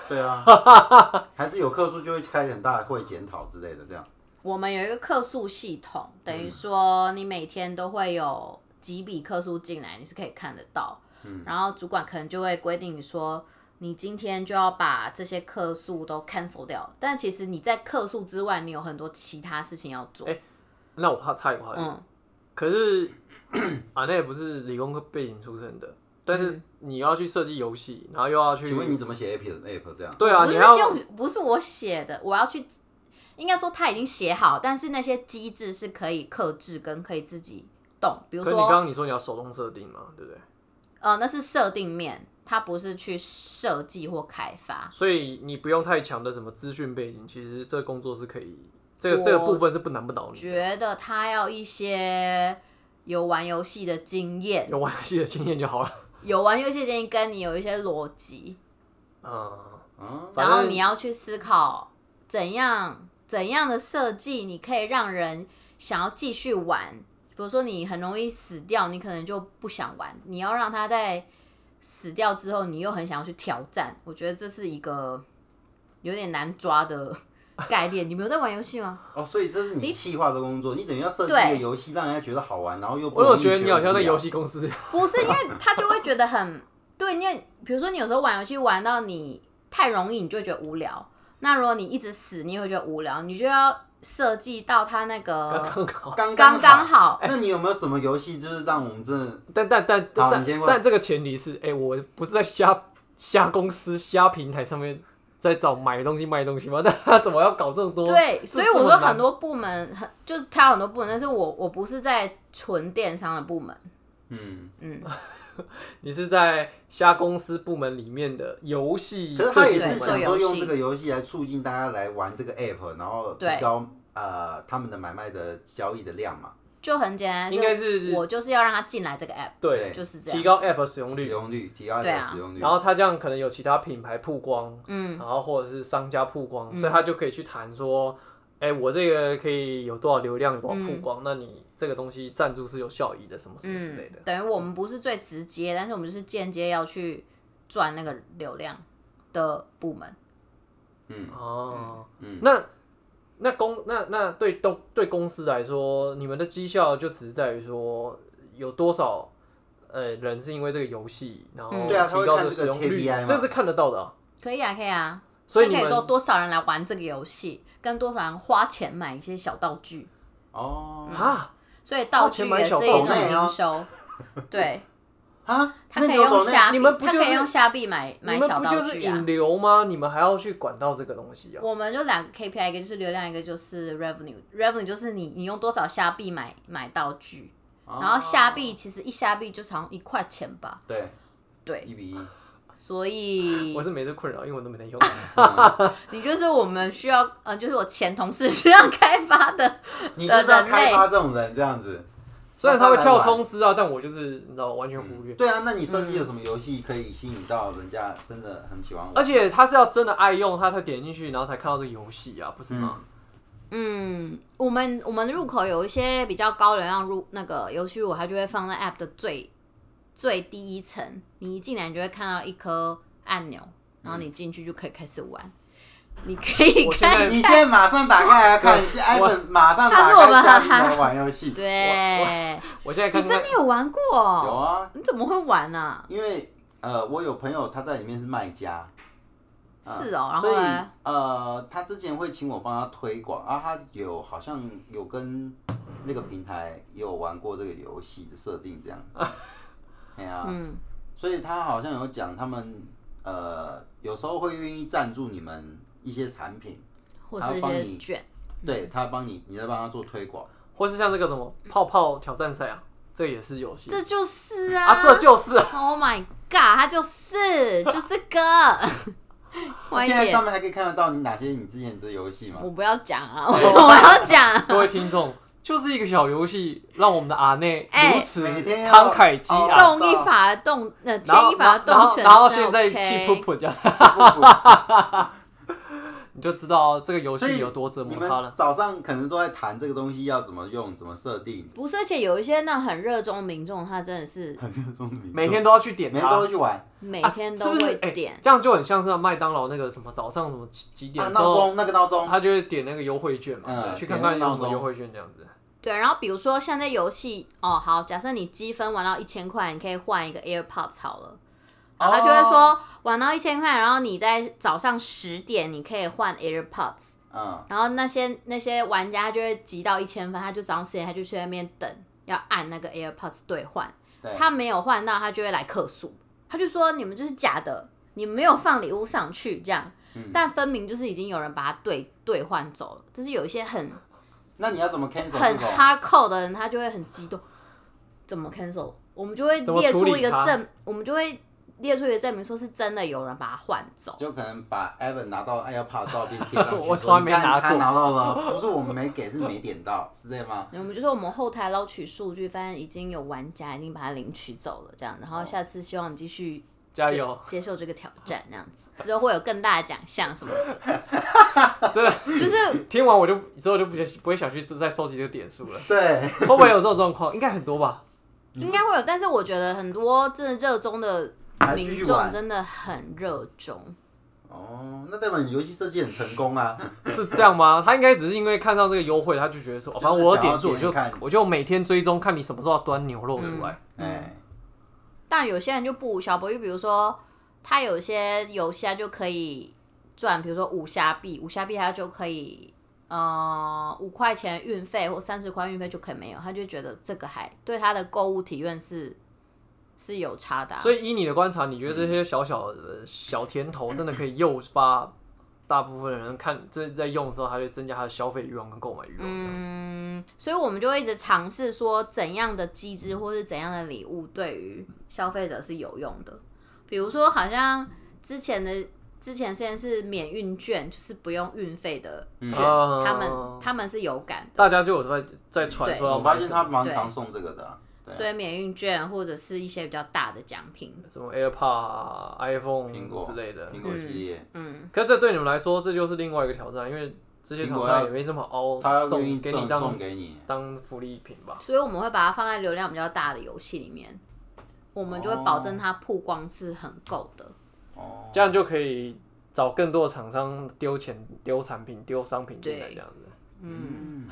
B: 对啊， <laughs> 还是有客诉就会开很大的会检讨之类的，这样
C: 我们有一个客诉系统，等
A: 嗯
C: 于说你每天都会有几笔客诉进来，你是可以看得到。
A: 嗯
C: 然后主管可能就会规定你说，你今天就要把这些客诉都 cancel 掉。但其实你在客诉之外，你有很多其他事情要做。
A: 那我怕差一个话题，
C: 嗯，
A: 可是 <clears throat> 啊，那也不是理工科背景出身的，但是你要去设计游戏，然后又要去
B: 请问你怎么写 app 的 app 这样？
A: 对啊，
C: 不
A: 你
C: 是
A: 要
C: 用，不是我写的，我要去，应该说他已经写好，但是那些机制是可以克制跟可以自己动，比如
A: 可是
C: 说
A: 你刚刚你说你要手动设定嘛，对不对？
C: 呃，那是设定面，它不是去设计或开发。
A: 所以你不用太强的什么资讯背景，其实这个工作是可以，这个这个部分是不难不倒你的，
C: 觉得他要一些有玩游戏的经验，
A: 有玩游戏的经验就好了。
C: 有玩游戏的经验跟你有一些逻辑，
A: 嗯，
B: 嗯，
A: 反
C: 然
A: 正
C: 后你要去思考怎样怎样的设计，你可以让人想要继续玩。比如说你很容易死掉，你可能就不想玩，你要让他在死掉之后，你又很想要去挑战。我觉得这是一个有点难抓的 <laughs> 概念。你没有在玩游戏吗？
B: 哦，所以这是你企划的工作，你等于要设计一
C: 对
B: 个游戏，让人家觉得好玩，然后又不
A: 我有
B: 容易
A: 觉得你好像在
B: 无聊
A: 游戏公司，
C: 不是，因为他就会觉得很 <laughs> 对，因为比如说你有时候玩游戏玩到你太容易，你就会觉得无聊。那如果你一直死，你也会觉得无聊，你就要设计到他那
A: 刚
C: 个
A: 刚好。
B: 刚
C: 刚刚
B: 刚。
C: 好。
B: 那你有没有什么游戏，就是让我们真的
A: 但但但
B: 好
A: 但
B: 你先问
A: 但这个前提是，哎、我不是在虾虾公司、虾平台上面在找买东西卖东西吗？那 <laughs> 他怎么要搞这么多？
C: 对，
A: 这
C: 所以我说很。
A: 这么
C: 多部门，很就是他有很多部门，但是我我不是在纯电商的部门，
B: 嗯？
C: 嗯，
A: 难你是在虾公司部门里面的游戏
B: 可是他
A: 设
B: 也
A: 计
B: 是
A: 部门
B: 想
C: 对做游
B: 说
C: 戏
B: 用这个游戏来促进大家来玩这个 app，然后提
C: 对
B: 高呃他们的买卖的交易的量嘛，
C: 就很简单，
A: 应该是
C: 我就是要让他进来这个 app，
A: 对，
C: 就是这样
A: 提
C: 子
A: 高 App 使用
B: 使
A: 率，
B: 用率提高你
C: 对
B: 的
C: 啊
B: 使用率
A: 然。后他这样可能有其他品牌曝光，
C: 嗯，
A: 然后或者是商家曝光，所以他就可以去谈说，哎、我这个可以有多少流量，有多少
C: 嗯
A: 曝光，那你这个东西赞助是有效益的，什么什么之类的。
C: 等于我们不是最直接，但是我们就是间接要去赚那个流量的部门。
B: 嗯
A: 哦，
B: 嗯
A: 那那公那那对东对公司来说，你们的绩效就只是在于说有多少呃人是因为这个游戏，然后
C: 嗯
B: 对啊
A: 提高
B: 他
A: 的
B: 会看
A: 使用
B: 这个
A: 率，
B: KPI 嘛
A: 这是看得到的、啊。
C: 可以啊，可以啊。
A: 所以
C: 那
A: 你
C: 可以说
A: 们
C: 多少人来玩这个游戏，跟多少人花钱买一些小道具，
B: 哦
C: 嗯
A: 啊，
C: 所以道具
A: 花钱买
C: 也是
A: 小道具
C: 一种营收。对，
A: <laughs>
B: 啊，
C: 他
B: 那
C: 可
B: 你
C: 以
B: 有
C: 用
B: 懂那
C: 虾
A: 你
C: 币，
A: 们不
C: 他
A: 就
C: 可以
A: 是
C: 用虾币买
A: 你
C: 买
A: 们
C: 小
A: 不
C: 道
A: 就是
C: 具啊
A: 引。流吗？你们还要去管到这个东西啊？
C: 我们就两个 KPI，一个就是流量，一个就是 revenue，revenue 就是你你用多少虾币买买道具，
A: 哦
B: 哦
C: 然后虾币其实一虾币就好像一块钱吧，
B: 对
C: 对，
B: 一比
C: <laughs>
B: 一，
C: 所以
A: 我是没这困扰，因为我都没
B: <laughs>
A: 在用。
C: 你就是我们需要，呃，就是我前同事需要开发的，
B: 你就是要开发这种人这样子。
A: 虽然他会
B: 那
A: 跳
B: 来玩
A: 通知啊，但我就是你知道完全忽略。
B: 对啊，那你设
C: 嗯
B: 计有什么游戏可以吸引到人家真的很喜欢玩？
A: 而且他是要真的爱用，他才点进去，然后才看到这个游戏啊，不是吗？
C: 嗯，我们我们入口有一些比较高流量入那个游戏入口，它就会放在 App 的最最低一层，你一进来你就会看到一颗按钮，然后你进去就可以开始玩，你可以
A: 我现在
C: 看，
B: 你现在马上打开来看一
A: <laughs>
B: 下
A: 我
B: ，iPhone 马上
C: 他
B: 打
C: 是我们
B: 开下
C: 很
B: 你
C: 嗨
B: 来玩游戏。
C: 对，
A: 我现在看
C: 你真
A: 看
C: 的有玩
B: 有
C: 过？哦
B: 啊，
C: 你怎么会玩啊？
B: 因为呃，我有朋友他在里面是卖家，嗯
C: 是哦然后
B: 所以
C: 嘞
B: 呃，他之前会请我帮他推广啊，他有好像有跟那个平台也有玩过这个游戏的设定这样
A: <laughs>
B: 子，哎
A: 呃
B: 呀、
C: 嗯，
B: 所以他好像有讲他们呃有时候会愿意赞助你们一些产品，
C: 或是一
B: 他会帮
C: 些
B: 你
C: 卷，
A: 嗯
B: 对他帮你，你在帮他做推广，
A: 或是像这个什么泡泡挑战赛啊，这也是游戏
C: 这就是啊，
A: 啊，这就是啊
C: Oh my god！他就是就是这个，快一
B: 现在
C: 点！
B: 上面还可以看得到你哪些你之前的游戏嘛？
C: 我不要讲
A: <laughs>
C: 啊，我我要讲。
A: 各位听众， <laughs> 就是一个小游戏，让我们的阿内
C: 哎
A: 如此
B: 每天要
A: 慷慨激
B: 哦
A: 昂，
C: 动一法动，呃，牵
A: 然后
C: 一法
A: 然
C: 动
A: 后
C: 全
A: 然后
C: 身
A: 现在气噗
C: OK。
A: 噗这样，你就知道这个游
B: 所以
A: 戏有多折
B: 你
A: 磨
B: 们
A: 他了。
B: 早上可能都在谈这个东西要怎么用、怎么设定，
C: 不是，而且有一些那很热衷的民众，他真的是
B: 很热衷的民众
A: 每天都要去点
B: 每
A: 它
B: 天，都会去玩。
C: 每
A: 啊
C: 天
A: 是
C: 都
A: 不是
C: 会
A: 哎
C: 点。
A: 这样就很像是麦当劳那个什么早上什么几几点
B: 啊，
A: 的时
B: 闹
A: 候，
B: 钟那个闹钟，
A: 他就会点那个优惠券嘛，
B: 嗯
A: 对去看看有什
B: 点那
A: 么
B: 个
A: 优惠券这样子。
C: 对，然后比如说像在游戏，哦，好，假设你积分玩到一千块，你可以换一个 AirPods 好了。然后他就会
A: 哦
C: 说，玩到一千块，然后你在早上十点，你可以换 AirPods。
B: 嗯，
C: 然后那些那些玩家就会集到一千分，他就早上十点他就去那边等，要按那个 AirPods 兑换
B: 对。
C: 他没有换到，他就会来客诉，他就说你们就是假的，你们没有放礼物上去这样。
A: 嗯
C: 但分明就是已经有人把它兑兑换走了，就是有一些很
B: 那你要怎么 cancel
C: 很
B: 这种？
C: hardcore 的人，他就会很激动，怎么 cancel？我们就会
A: 怎么
C: 列
A: 处
C: 出
A: 理
C: 一个
A: 它
C: 证，我们就会列出一个证明，说是真的有人把它换走。
B: 就可能把 Evan 拿到 iPad 照片贴上去，
A: <laughs> 我从来没
B: 说你看
A: 拿过
B: 他拿到了，不是我们没给，是没点到，是这样吗？
C: 我们就说我们后台捞取数据，发现已经有玩家已经把它领取走了，这样，然
B: 哦
C: 后下次希望你继续
A: 加油！
C: <laughs> 接受这个挑战，这样子之后会有更大的奖项什么的，
A: 真的
B: <laughs>
C: 就是
A: 听完我就之后就不想不会想去再收集这个点数了。
B: 对，
A: 会不会有这种状况？应该很多吧。
C: 应该会有，但是我觉得很多真的热衷的
B: 还继
C: 民
B: 续
C: 众
B: 玩。
C: 真的很热衷，
B: 哦，那代表你游戏设计很成功啊！
A: 是这样吗？他应该只是因为看到这个优惠，他就觉得说，哦
B: 就是
A: 反正我有点数，我
B: 想要
A: 就
B: 点看
A: 我就每天追踪，看你什么时候要端牛肉出来。
B: 哎、
C: 但有些人就不无小补，就比如说他有些游戏他就可以赚，比如说五虾币，五虾币他就可以。呃，五块钱运费或三十块运费就可以没有，他就觉得这个还对他的购物体验是是有差的啊、
A: 所以依你的观察，你觉得这些小小的小甜头真的可以诱发大部分人看这在用的时候，他就增加他的消费欲望跟购买欲望。
C: 嗯，所以我们就会一直尝试说怎样的机制或是怎样的礼物对于消费者是有用的。比如说，好像之前的之前现在是免运券，就是不用运费的券，
A: 啊
C: 他们他们是有感
A: 大家就有在在传说要
B: 我
A: 买
B: 发
A: 什
B: 现
A: 么
B: 他蛮常送这个的啊、
C: 的，所以免运券或者是一些比较大的奖品，
A: 什么 AirPod 啊、iPhone
B: 苹果
A: 之类的。
B: 苹果系列，
C: 嗯，
A: 可是这对你们来说，这就是另外一个挑战，因为这些
B: 苹
A: 厂
B: 果
A: 商
B: 要
A: 也没这么凹
B: 他要愿
A: 送
B: 意
A: 给
B: 赠
A: 你
B: 送
A: 当
B: 给你，
A: 当福利品吧。
C: 所以我们会把它放在流量比较大的游戏里面，我们就会保证它曝光是很够的。
B: 哦，
A: 这样就可以找更多的厂商丢钱、丢产品、丢商品进来这样子。
B: 嗯，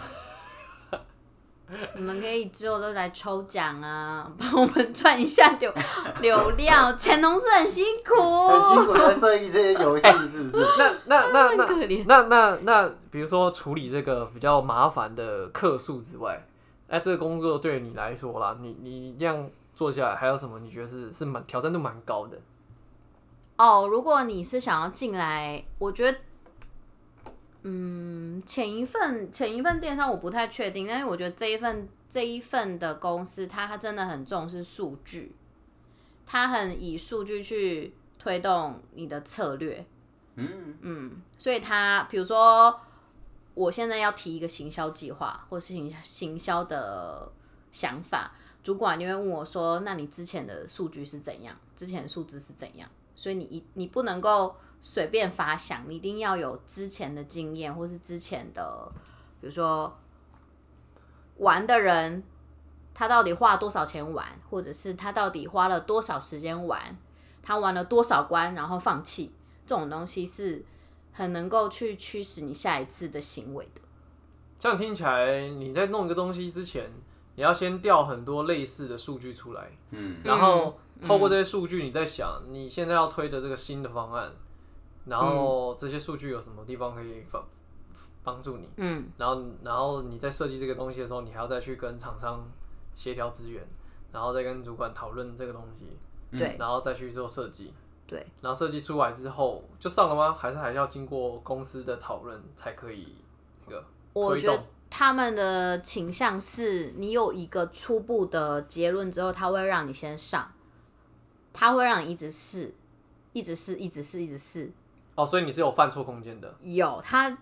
C: 你们可以之后都来抽奖啊， <laughs> 帮我们赚一下流 <laughs> 流量。乾隆是很辛
B: 嗯很
C: 苦，
B: 辛苦在设计这些游戏，是不是？
A: 那那那那
C: 哦很可怜
A: 那那那，比如说处理这个比较麻烦的客诉之外，那这个工作对你来说啦，你你这样做下来，还有什么你觉得是是蛮挑战度蛮高的？
C: 哦。如果你是想要进来，我觉得，嗯，前一份前一份电商我不太确定，但是我觉得这一份这一份的公司，它它真的很重视数据，它很以数据去推动你的策略。
B: 嗯，
C: 嗯，所以他比如说，我现在要提一个行销计划或是行行销的想法，主管就会问我说：“那你之前的数据是怎样？之前的数字是怎样？”所以你一你不能够随便发想，你一定要有之前的经验或是之前的，比如说玩的人。他到底花了多少钱玩，或者是他到底花了多少时间玩，他玩了多少关然后放弃，这种东西是很能够去驱使你下一次的行为的。
A: 这样听起来，你在弄一个东西之前，你要先调很多类似的数据出来，
B: 嗯，
A: 然后透过这些数据，你在想你现在要推的这个新的方案，然后这些数据有什么地方可以帮帮助你？
C: 嗯，
A: 然后然后你在设计这个东西的时候，你还要再去跟厂商协调资源，然后再跟主管讨论这个东西，
C: 对
A: 然后再去做设计。
C: 对，
A: 然后设计出来之后就上了吗？还是还要经过公司的讨论才可以那个
C: 我
A: 推
C: 觉得
A: 动？
C: 他们的倾向是你有一个初步的结论之后，他会让你先上，他会让你一直试，一直试，一直试，一直试。
A: 哦，所以你是有犯错空间的。
C: 有他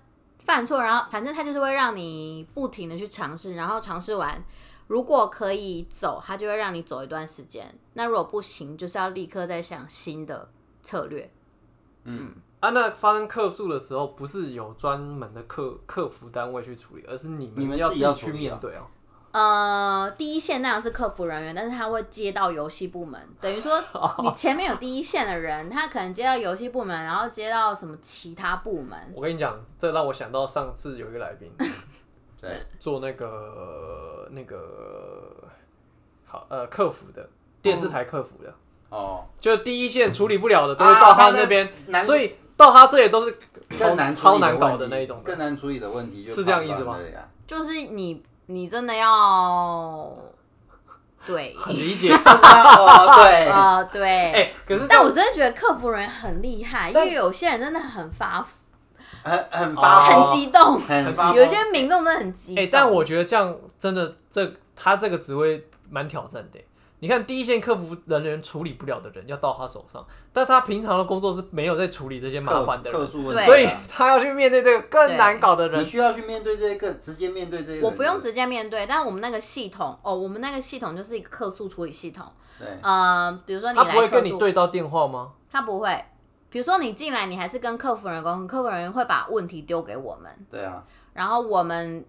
C: 犯错，然后反正他就是会让你不停的去尝试，然后尝试完，如果可以走，他就会让你走一段时间。那如果不行，就是要立刻再想新的策略。
A: 啊，那发生客诉的时候，不是有专门的客客服单位去处理，而是你
B: 你
A: 们
B: 们
A: 要
B: 自己要
A: 去
B: 处理啊
A: 面对啊。
C: 呃，第一线那样是客服人员，但是他会接到游戏部门，等于说
A: 哦
C: 你前面有第一线的人，他可能接到游戏部门，然后接到什么其他部门，
A: 我跟你讲，这让我想到上次有一个来宾
B: 对，
A: 做那个那个好呃客服的电视台客服的，
B: 哦，
A: 就第一线处理不了的都会到他那边
B: 啊那，难
A: 所以到他这里都是超
B: 更难处
A: 超
B: 理
A: 难
B: 问
A: 搞
B: 题
A: 的那一种的。
B: 更难处理的问题就是
A: 这样意思吗
B: 对呀，
C: 就是你你真的要
A: <laughs>
C: 对
A: 很理解，
B: 哦，对，
C: 呃对，
A: 哎，可是
C: 但
A: 这
C: 我真的觉得客服人员很厉害，因
A: 但
C: 为有些人真的很发疯、
B: 很很发
A: 哦
B: 疯
C: 很激动，
B: 很发
C: 有
B: 疯
C: 一些
A: 欸
C: 民众真的很激动。
A: 哎，但我觉得这样真的这他这个职位蛮挑战的。你看第一线客服人员处理不了的人，要到他手上，但他平常的工作是没有在处理这些麻烦的
B: 客嗯
A: 人，
B: 诉
C: 对
B: 问题啊，
A: 所以他要去面对这个更难搞的
B: 你
A: 人。
B: 需要去面对这些更直接面对这些人。
C: 我不用直接面对，但我们那个系统哦，我们那个系统就是一个客诉处理系统。
B: 对，
C: 呃，比如说你
A: 他不会
C: 来客
A: 跟你
C: 诉，
A: 对到电话吗？
C: 他不会。比如说你进来，你还是跟客服人员沟通，客服人员会把问题丢给我们，
B: 对啊，
C: 然后我们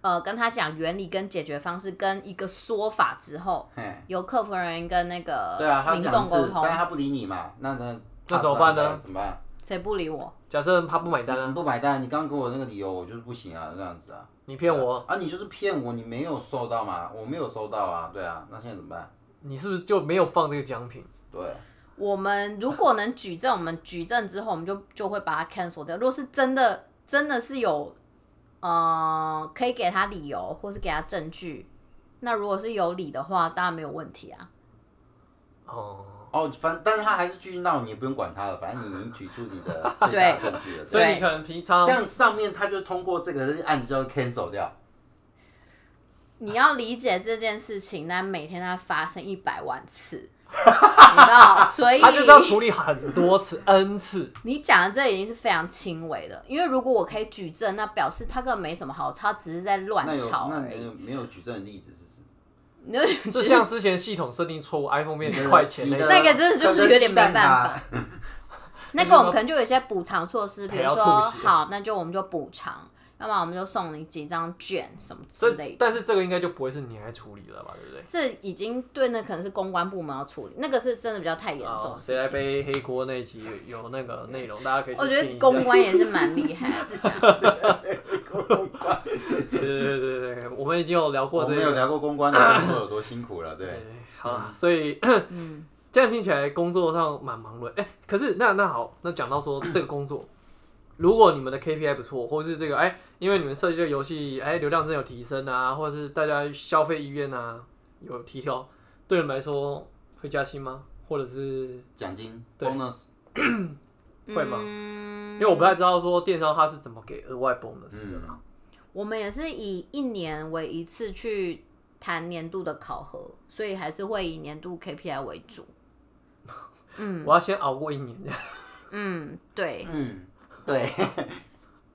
C: 呃跟他讲原理跟解决方式跟一个说法之后，
B: 嘿，
C: 由客服人员跟那
B: 对啊，
C: 个
B: 他
C: 民
B: 讲
C: 众沟
B: 是，
C: 通
B: 但。是他不理你嘛，那那
A: 那怎么办呢？
B: 怎么办？
C: 谁不理我？
A: 假设他不买单
B: 你
A: 啊，
B: 不买单，你刚刚给我那个理由，我就是不行啊，这样子啊。
A: 你骗我，
B: 啊！你就是骗我，你没有收到嘛？我没有收到啊，对啊，那现在怎么办？
A: 你是不是就没有放这个奖品？
B: 对，
C: 我们如果能举证，我们举证之后，我们就就会把它 cancel 掉。如果是真的，真的是有，呃，可以给他理由，或是给他证据，那如果是有理的话，当然没有问题啊。
A: 哦、
B: 哦，反正但是他还是继续闹，你也不用管他了，反正你已经举出你的最大证据了。啊
A: 所以你可能平常
B: 这样上面他就通过这个案子就要 cancel 掉，
C: 你要理解这件事情，那每天它发生一百万次，你知道，所以
A: 他就是要处理很多次 <laughs> n 次，
C: 你讲的这已经是非常轻微的，因为如果我可以举证，那表示他根本没什么好吵，他只是在
B: 那
C: 乱
B: 有
C: 吵欸
B: 那
C: 而
B: 没
C: 已。
B: 有没有举证的例子是什么？
C: 你就觉得
A: 是像之前系统设定错误，iPhone 变一块钱
B: 你
A: 那
B: 的
A: 个。
C: <laughs> 那个真的就是有点没办法。
B: 可能鸡蛋啊
C: 那个我们可能就有一些补偿措施，比如
A: 赔
C: 说
A: 到吐血
C: 好，那就我们就补偿，要么我们就送你几张券什么之
A: 这
C: 类的。
A: 但是这个应该就不会是你来处理了吧，对不对？
C: 这已经对那可能是公关部门要处理，那个是真的比较太严重
A: 哦
C: 的事
A: 谁来
C: 情。
A: 背黑锅那一集有有那个内容，大家可以去
C: 我觉
A: 听
C: 得
A: 一下
C: 公关也是蛮厉害
A: <laughs>
C: 的，这样
A: 对对对对对，我们已经有聊过
B: 我
A: 这
B: 们有
A: 个。
B: 聊过公关的
C: <laughs>
B: 工作有多辛苦了，
A: 对
B: 对，，
A: 好啦，所以 <coughs>
C: 嗯，
A: 这样听起来工作上蛮忙碌的。哎、可是那那好，那讲到说这个工作，如果你们的 KPI 不错，或是这个哎、因为你们设计这个游戏，哎、流量真的有提升啊，或者是大家消费意愿啊有提高，对你们来说会加薪吗？或者是
B: 奖金
A: 对
B: bonus
A: 会吗
C: 嗯
A: 因为我不太知道说电商它是怎么给额外 bonus 的啦
B: 嗯。
C: 我们也是以一年为一次去谈年度的考核，所以还是会以年度 KPI 为主。
A: 我要先熬过一年，
C: 嗯，对。
B: 嗯，对，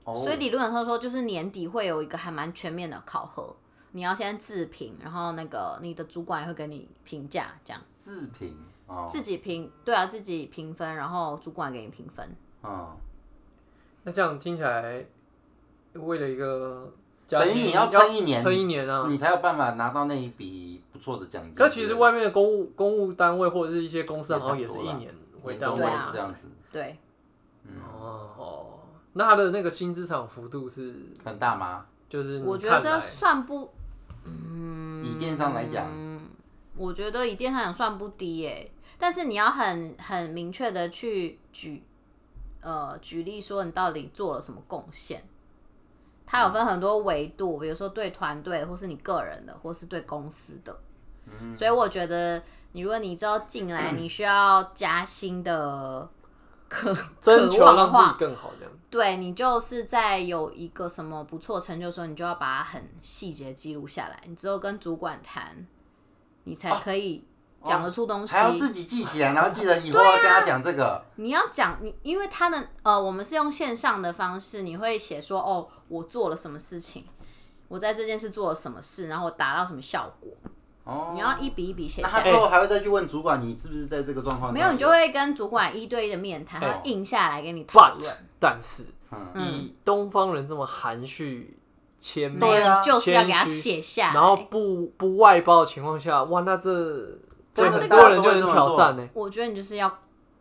B: 哦
C: 所以理论上说，就是年底会有一个还蛮全面的考核，你要先自评，然后那个你的主管也会给你评价，这样
B: 自评哦，
C: 自己评，对啊，自己评分，然后主管给你评分。
B: 嗯，
A: 那这样听起来，为了一个加
B: 等
A: 薪
B: 于你要撑一年，
A: 撑一年啊。
B: 你才有办法拿到那一笔不错的奖金。
A: 可其实外面的公务公务单位或者是一些公司，好像也是一年为
B: 年
A: 单
B: 终
A: 位
B: 也
C: 对
B: 是
C: 啊
B: 这样子，
C: 对，
A: 哦，那他的那个薪资涨幅度是，
B: 很大吗？
A: 就是你
C: 我觉
A: 嗯看
C: 得
A: 来
C: 算不，
B: 以电商来讲，
C: 嗯我觉得以电商讲算不低耶、但是你要很很明确的去举，呃，举例说你到底做了什么贡献。它有分很多维度，比如说对团队，或是你个人的，或是对公司的。
A: 嗯
C: 所以我觉得，你如果你之后进来，你需要加薪的渴
A: <laughs> 征
C: 渴
A: 求
C: 望
A: 让
C: 的
A: 自
C: 话
A: 己，更好这样。
C: 对你就是在有一个什么不错成就的时候，你就要把它很细节记录下来，你只有跟主管谈，你才可以讲得出东西。
B: 哦还要自己记起来，然后记得以后要跟他讲这个。
C: 啊你要讲你，因为他的呃，我们是用线上的方式，你会写说哦，我做了什么事情，我在这件事做了什么事，然后我达到什么效果，
B: 哦
C: 你，要一笔一笔写
B: 那
C: 下
B: 他
C: 来。
B: 最后还会再去问主管，你是不是在这个状况？
C: 没有，你就会跟主管一对一的面谈，他
B: 哦
A: 哎
C: 会印下来给你讨
A: But
C: 论。
A: 但是
B: 嗯
A: 以东方人这么含蓄谦
C: 没有，
B: 啊
A: 谦
C: 你啊就是要给他
A: 谦虚
C: 写下来。
A: 然后不不外包的情况下，哇，那这对
B: 真
C: 的
A: 很
C: 大
A: 多
C: 家
A: 人
B: 都
A: 就
B: 会
A: 能
B: 这么
A: 挑
B: 做
A: 战呢。
C: 我觉得你就是要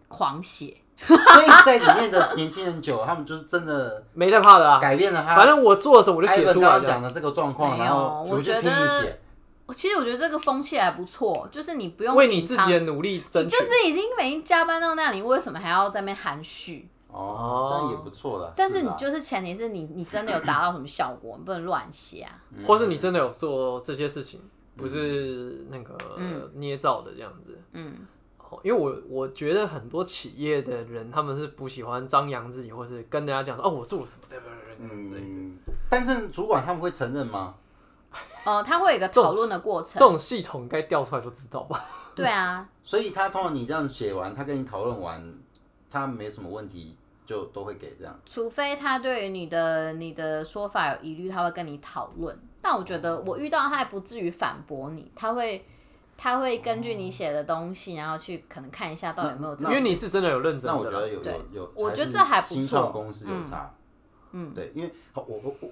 C: 狂写，
B: 所以在里面的年轻人久了，他们就是真的
A: 没在怕的啊，
B: 改变了他。
A: 反正我做了什么我就写啊出
B: 艾文刚
A: 来
B: 刚
A: 这样。
B: 讲的这个状况，然后
C: 没有我
B: 就
C: 觉
B: 拼
C: 得
B: 命写。
C: 其实我觉得这个风气还不错，就是你不用
A: 为你
C: 隐
A: 自
C: 藏
A: 己的努力争
C: 你
A: 取
C: 就。是已经每天加班到那里，为什么还要在那边含蓄？
B: 哦
A: 哦，
B: 这样也不错的。
C: 但是你
A: 啊
B: 吧
C: 就是前提是你你真的有达到什么效果，你不能乱写
A: <clears throat>
C: 啊。
A: 或是你真的有做这些事情，不
B: 嗯
A: 是那个捏造的这样子。
C: 嗯，
A: 哦因为我我觉得很多企业的人，他们是不喜欢张扬自己，或
B: 嗯
A: 是跟人家讲说哦，我做了什么，这样这样这样这样。
B: 嗯，但是主管他们会承认吗？
C: 呃，它会有一个讨论的过
A: 这
C: 程。
A: 种系统该调出来就知道吧？
C: 对啊，
B: 所以他通常你这样写完，他跟你讨论完，他没什么问题就都会给这样。
C: 除非他对于你的你的说法有疑虑，他会跟你讨论。但我觉得我遇到他还不至于反驳你，他会他会根据你写的东西，然后去可能看一下到底有没有这
A: 因
C: 个。
A: 为你是真的有认真的
B: 那
A: 啦。
B: 我觉得有
C: 对
B: 有有，
C: 我觉得
B: 是
C: 这还不
B: 新
C: 错
B: 创公司有差，嗯，对，因为好我我我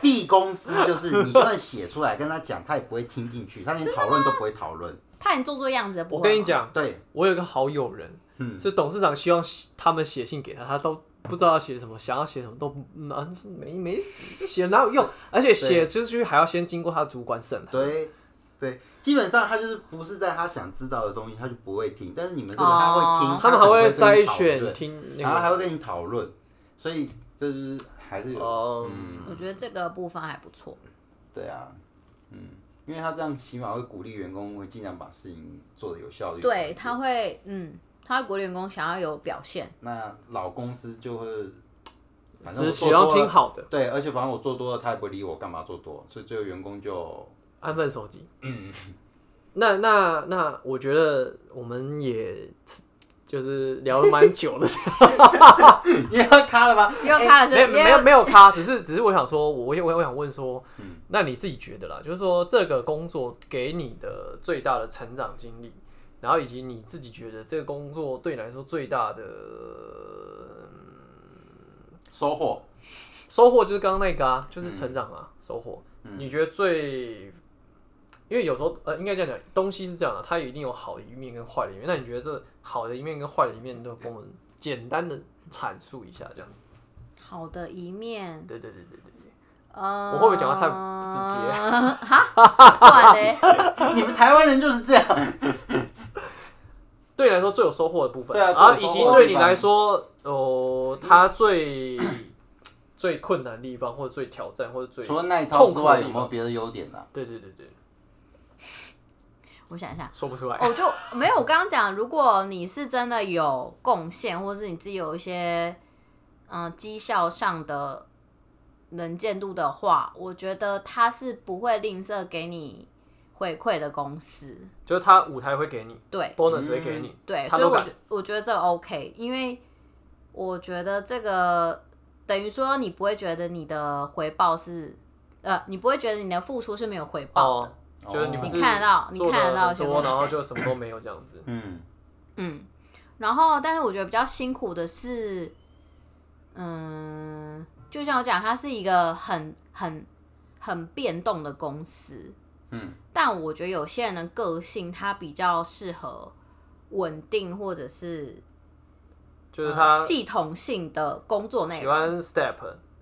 B: B 公司就是你就算写出来跟他讲，他也不会听进去，他连讨论都不会讨论。
C: 怕你做做样子，不
A: 我
C: 会
A: 跟你
C: 吗，
A: 讲，
B: 对，
A: 我有一个好友人，
B: 嗯
A: 是董事长希望他们写信给他，他都不知道要写什么，想要写什么都嗯啊没没写哪有用，而且写出去还要先经过他的主管审核。
B: 对对，基本上他就是不是在他想知道的东西，他就不会听。但是你们这个他会听，
C: 哦
A: 他们还
B: 还
A: 会
B: 跟
A: 筛
B: 你讨
A: 选
B: 论
A: 听
B: 然后
A: 那
B: 还
A: 个
B: 会跟你讨论，所以这就是还是有
A: 哦
B: 嗯，
C: 我觉得这个部分还不错。
B: 对啊，嗯，因为他这样起码会鼓励员工会尽量把事情做的有效率。
C: 对，他会，嗯，他国联工想要有表现，
B: 那老公司就会，反正
A: 只
B: 我
A: 喜
B: 做
A: 要
B: 多
A: 听
B: 了
A: 好的，
B: 对，而且反正我做多了，他也不会理我，干嘛做多？所以最后员工就
A: 安分守己。嗯，那那那，我觉得我们也就是聊了蛮久的，
B: <laughs> 你要他了吗？
C: 又开了
A: 哎没有
C: 是，
A: 没
C: 又
A: 有没有咖，只是只是我想说，我我我想问说，那你自己觉得啦，就是说这个工作给你的最大的成长经历，然后以及你自己觉得这个工作对你来说最大的嗯
B: 收获
A: 收获，就是刚刚那个啊，就是成长啊，收获。你觉得最？因为有时候呃，应该这样讲，东西是这样的、它一定有好的一面跟坏的一面。那你觉得这好的一面跟坏的一面，都跟我们简单的阐述一下，这样子？
C: 好的一面，
A: 对对对对对对。
C: 呃，
A: 我会不会讲话太直接
C: 接？哈，不然嘞，
B: 你们台湾人就是这样。
A: <laughs> 对你来说最有收获的部分，
B: 对啊
A: 然后
B: 最
A: 以
B: 有
A: 及
B: 收获的
A: 对
B: 地
A: 你
B: 方
A: 来说，哦，它最最困难的地方，或者最挑战，或者最
B: 除了耐操
A: 痛
B: 之
A: 苦
B: 外，
A: 的
B: 有
A: 地
B: 没有
A: 方？
B: 别的优点啊呢、
A: 对对对对，
C: 我想
A: <laughs>
C: 一下，
A: 说不出来。
C: 哦，就没有。我刚刚讲，如果你是真的有贡献，或是你自己有一些嗯绩效上的能见度的话，我觉得他是不会吝啬给你回馈的公司。
A: 就是它舞台会给你
C: 对
A: ，bonus 会给你，
C: 嗯对，
A: 他
C: 所以
A: 都
C: 我
A: 敢
C: 觉。我觉得这 OK，因为我觉得这个等于说你不会觉得你的回报是呃，你不会觉得你的付出是没有回报的。
A: 哦，就是你不
B: 哦
A: 是
C: 你看得到你
A: 做
C: 看
A: 得
C: 得到
A: 很
C: 结
A: 多，
C: 果
A: 然后
C: 现
A: 就什么都没有这样子。
B: 嗯，
C: 嗯，然后但是我觉得比较辛苦的是，嗯，就像我讲，它是一个很很很变动的公司，
B: 嗯，
C: 但我觉得有些人的个性他比较适合稳定或者是、
A: 就是
C: 呃
A: 他
C: 系统性的工作内
A: 喜
C: 容。
A: 欢 step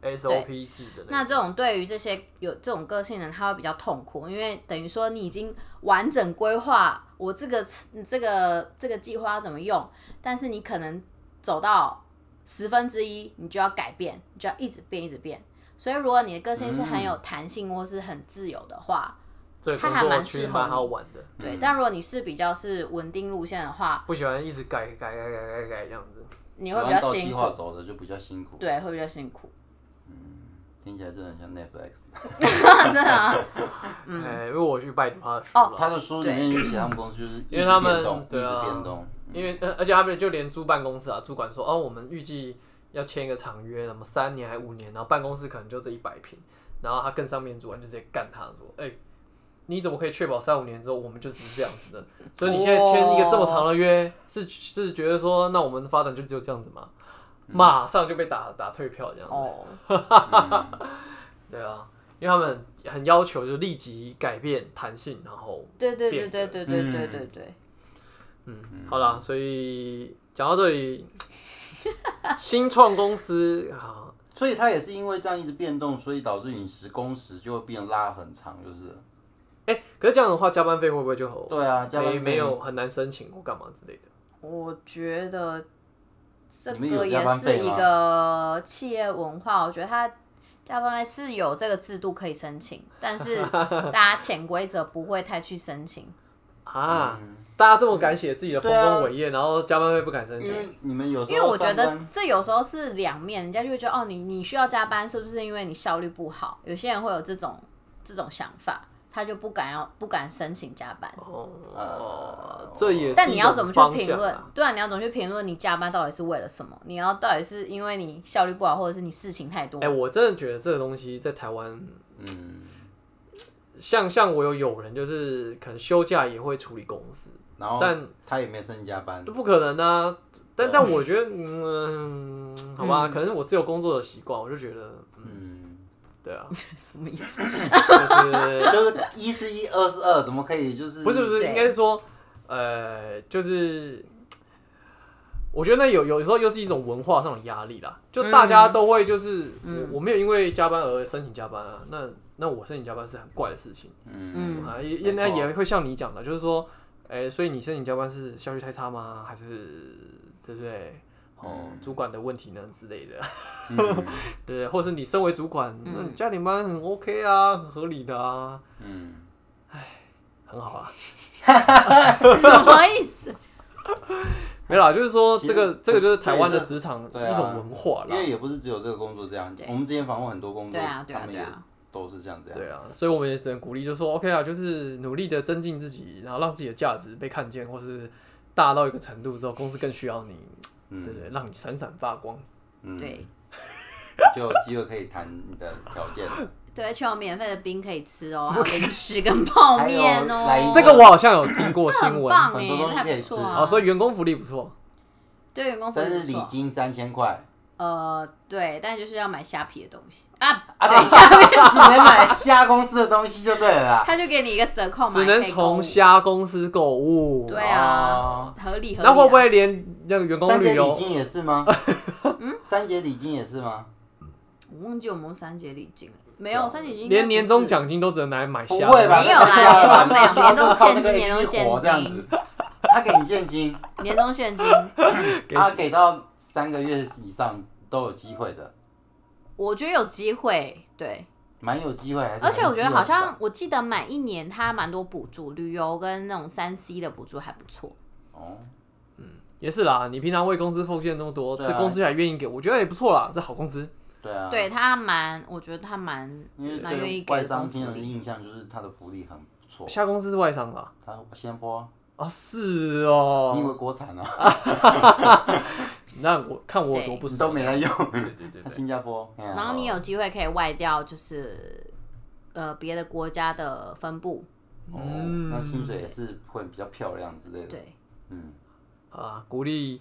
A: SOP 制的
C: 那
A: 那
C: 这
A: 种。
C: 种对于这些有这种个性的人，他会比较痛苦，因为等于说你已经完整规划我这个这个这个计划要怎么用，但是你可能走到十分之一，你就要改变，你就要一直变，一直变。所以如果你的个性是很有弹性或是很自由的话，
A: 这个
C: 他
A: 工
C: 还
A: 作
C: 蛮
A: 其
C: 适
A: 实
C: 合
A: 蛮
C: 你
A: 好玩的，
C: 对。但如果你是比较是稳定路线的话，
A: 不喜欢一直改改改改改改这样子。
C: 你会比较
B: 按照
C: 辛
B: 计
C: 苦，
B: 划走的就比较辛苦。，
C: 对，会比较辛苦。
B: 听起来真的很像 Netflix。
C: <laughs> 真的啊，
A: 哎，因为我去拜读他的书
C: 哦
A: 了。
B: 他的书里面就写他们公司就是一
A: 因为
B: 直
A: 他
B: 变
A: 们
B: 动，一
A: 对啊
B: 直变动。嗯
A: 因为呃而且他们就连租办公室啊，主管说哦，我们预计要签一个长约，什么三年还五年，然后办公室可能就这一百平，然后他更上面主管就直接干他说，哎、你怎么可以确保三五年之后我们就只是这样子的？所以你现在签一个这么长的约，是是觉得说那我们的发展就只有这样子吗？
B: 嗯
A: 马上就被打打退票这样子，
C: 哦，
A: 对啊，因为他们很要求就立即改变弹性，然后
C: 对对对
A: 变
C: 对对对对
B: 嗯
C: 对对，
A: 嗯，好啦，所以讲到这里， <laughs> 新创公司啊，
B: 所以他也是因为这样一直变动，所以导致你时工时就会变拉很长，就是了。
A: 哎、可是这样的话，加班费会不会就很
B: 对啊，加班
A: 没
B: 费
A: 没有很难申请或干嘛之类的？
C: 我觉得这
B: 你们有
C: 个
B: 加
C: 也
B: 班
C: 是
B: 费
C: 一
B: 吗
C: 个企业文化，我觉得它加班费是有这个制度可以申请，但是大家潜规则不会太去申请。
A: 啊，大家这么敢写自己的丰
B: 嗯对啊
A: 功伟业，然后加班费不敢申
B: 因
A: 请，
B: 为你们有时候
C: 因为我觉
B: 上
C: 得
B: 班
C: 这有时候是两面，人家就会觉得哦，你你需要加班，是不是因为你效率不好？有些人会有这种这种想法，他就不敢要不敢申请加班。
B: 呃
A: 哦，这也是一种方向啊。
C: 但你要怎么去评论？对啊，你要怎么去评论你加班到底是为了什么？你要到底是因为你效率不好，或者是你事情太多？
A: 哎、我真的觉得这个东西在台湾，
B: 嗯，
A: 像像我有友人，就是可能休假也会处理公司，
B: 然后
A: 但
B: 他也没升加班
A: 都，不可能啊。但但我觉得，嗯，好吧，可能是我自由工作的习惯，我就觉得，
B: 嗯，
A: 对啊，
C: <laughs> 什么意思？
A: 就是
B: 就是一是一，二是二，怎么可以就是
A: 不是
B: <laughs>
A: 不是，
C: 对
A: 应该是说，呃，就是我觉得那有有时候又是一种文化上的压力啦，就大家都会就是、我我没有因为加班而申请加班啊，那那我申请加班是很怪的事情。
B: 嗯
A: 啊，
B: 嗯
A: 也也那也会像你讲的，就是说，哎、所以你申请加班是效率太差吗？还是对不对？哦，
B: 嗯
A: 主管的问题呢之类的， <laughs>
B: 嗯
A: 对，或是你身为主管，那你加点班很 OK 啊，很合理的啊，
B: 嗯，
A: 很好啊。
C: <laughs> 什么意思？
A: 没啦，就是说
B: 其
A: 这
B: 实
A: 个这个就是台湾的
B: 这
A: 职场
B: 对啊
A: 一种文化
B: 因
A: 啦，
B: 为也不是只有这个工作这样
C: 对，
B: 我们之前访问很多工作，
C: 对啊对啊
B: 他们
C: 对
B: 也
C: 啊
B: 都是这样这样，
A: 对啊，所以我们也只能鼓励，就说 OK 啊，就是努力的增进自己，然后让自己的价值被看见，或是大到一个程度之后，公司更需要你，对
B: 嗯
A: 对，让你闪闪发光。
B: 嗯，
C: 对
B: 就有机会可以谈你的条件，
C: 对，而且有免费的冰可以吃哦，还有零食跟泡面
B: 还有
C: 哦
B: 来。
A: 这个我好像有哎听过
C: 这
A: 新
C: 很
A: 闻，
C: 棒
B: 很
C: 哎
B: 多东，西
C: 还
B: 可以
C: 不
B: 吃
C: 错啊。
A: 哦，所以员工福利不错，
C: 对员工福
B: 生
C: 利
B: 日
C: 不
B: 礼
C: 错。
B: 金三千块，
C: 呃，对，但就是要买虾皮的东西啊，
B: 啊，
C: 对，
B: 对，
C: 虾皮，
B: 只能买虾公司的东西就对
A: <laughs>
B: 了啦。
C: 他就给你一个折扣嘛，
A: 只能
C: 你可以购物
A: 从虾公司购物。
C: 对啊
B: 哦，
C: 合理合理啊。
A: 那会不会连那个员工
B: 三节
A: 旅
B: 礼
A: 游？
B: 金也是
C: <laughs>
B: 吗？三节礼金也是吗？
C: 我忘记有没有三节礼金了？没
B: 是
C: 有
B: 啊
C: 三节礼金应该不是，
A: 连年终奖金都只能拿来买
B: 不
A: 虾？
B: 会吧？
C: 没有啦
B: 那个
C: 年终没有
B: 虾
C: 年终现金年终现金
B: 那个一活这样子他给你现金，
C: 年终
A: <laughs>
C: 现金，
A: 给
B: 他给到三个月以上都有机会的，
C: 我觉得有机会，对，
B: 蛮有机会。还是
C: 而且我觉得
B: 蛮有机会的
C: 好像我记得满一年它蛮多补助，旅游跟那种三 C 的补助还不错。
B: 哦，
A: 也是啦，你平常为公司奉献那么多，
B: 对啊
A: 这公司还愿意给，我觉得也不错啦，这好公司。
B: 对啊，
C: 对，他蛮，我觉得他蛮
B: 因为
C: 蛮愿意
B: 对
C: 给
B: 外
C: 的
B: 商
C: 东西
B: 听人的印象就是他的福利很不错，
A: 虾公司是外商啦，
B: 他先播，
A: 啊是
B: 你以
A: 哦，
B: 为国产啊？
A: 那我看我有多
C: 对
A: 不
B: 你
A: 爽
B: 都没来用，
A: 对对对
B: <laughs> 他
A: 对，
B: 新加坡。哎然
C: 然后你有机会可以外调，就是呃别的国家的分部，
B: 哦，
A: 嗯
B: 那薪水也是会比较漂亮之类的。
C: 对，
B: 嗯，
A: 好啦，啊鼓励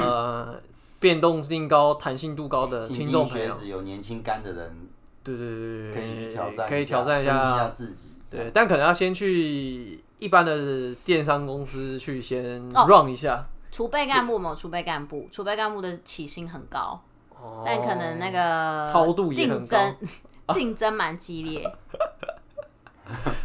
A: 呃变动性高、弹性度高的
B: 新
A: 呃听
B: 进
A: 众朋
B: 学
A: 友，
B: 子有年轻肝的人
A: 对对对对
B: 可以去
A: 对
B: 挑战一下，啊
A: 对，可以挑战一
B: 增进一
A: 下
B: 下自己。
A: 对，但可能要先去一般的电商公司去先
C: 哦
A: run 一下，
C: 储备干部嘛，储备干部，储备干部的起薪很高，
A: 哦
C: 但可能那个
A: 超度也很
C: 竞
A: 高
B: <laughs>
C: 争竞争蛮激烈。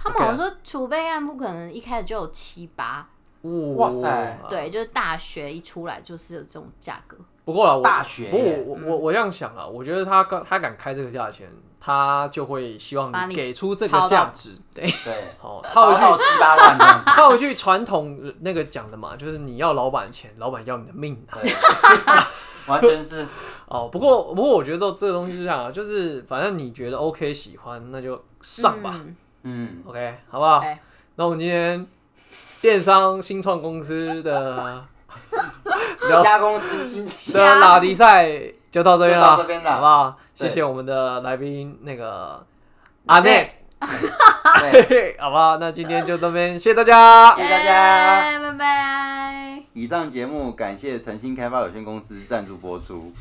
C: 他们好像说储备干部可能一开始就有七八，
A: 哦
B: 哇塞
A: 啊
C: 对，就是大学一出来就是有这种价格。
A: 不过啦，我
B: 大学耶
A: 不过我
C: 嗯
A: 我我我这样想啊，我觉得他敢他敢开这个价钱，他就会希
C: 把
A: 望
C: 你
A: 你给出这
C: 抄
A: 个
C: 到
A: 价值，对，
B: 对，
A: 好套
B: 套
A: 一句
B: 到七八万这样
A: <laughs>
B: 子。
A: 套一句传统那个讲的嘛，就是你要老板钱，老板要你的命啊。
B: 对，完全是
A: 哦，不过不过我觉得这个东西是这样啊，就是反正你觉得 OK 喜欢，那就上吧、
C: 嗯，
B: 嗯，
A: o k 好不好？
C: 哎
A: 那我们今天电商新创公司的。
B: <laughs> 加公司薪水
A: <laughs> 的拉迪赛就到这边
B: 就
A: 了，
B: 到这边了
A: 好不好？谢
B: 对
A: 谢我们的来宾那个阿内，<laughs>
B: 对，
A: 好不好？那今天就到这边，谢谢大家，
B: 谢谢大家
C: 耶拜拜。
B: 以上节目感谢诚心开发有限公司赞助播出。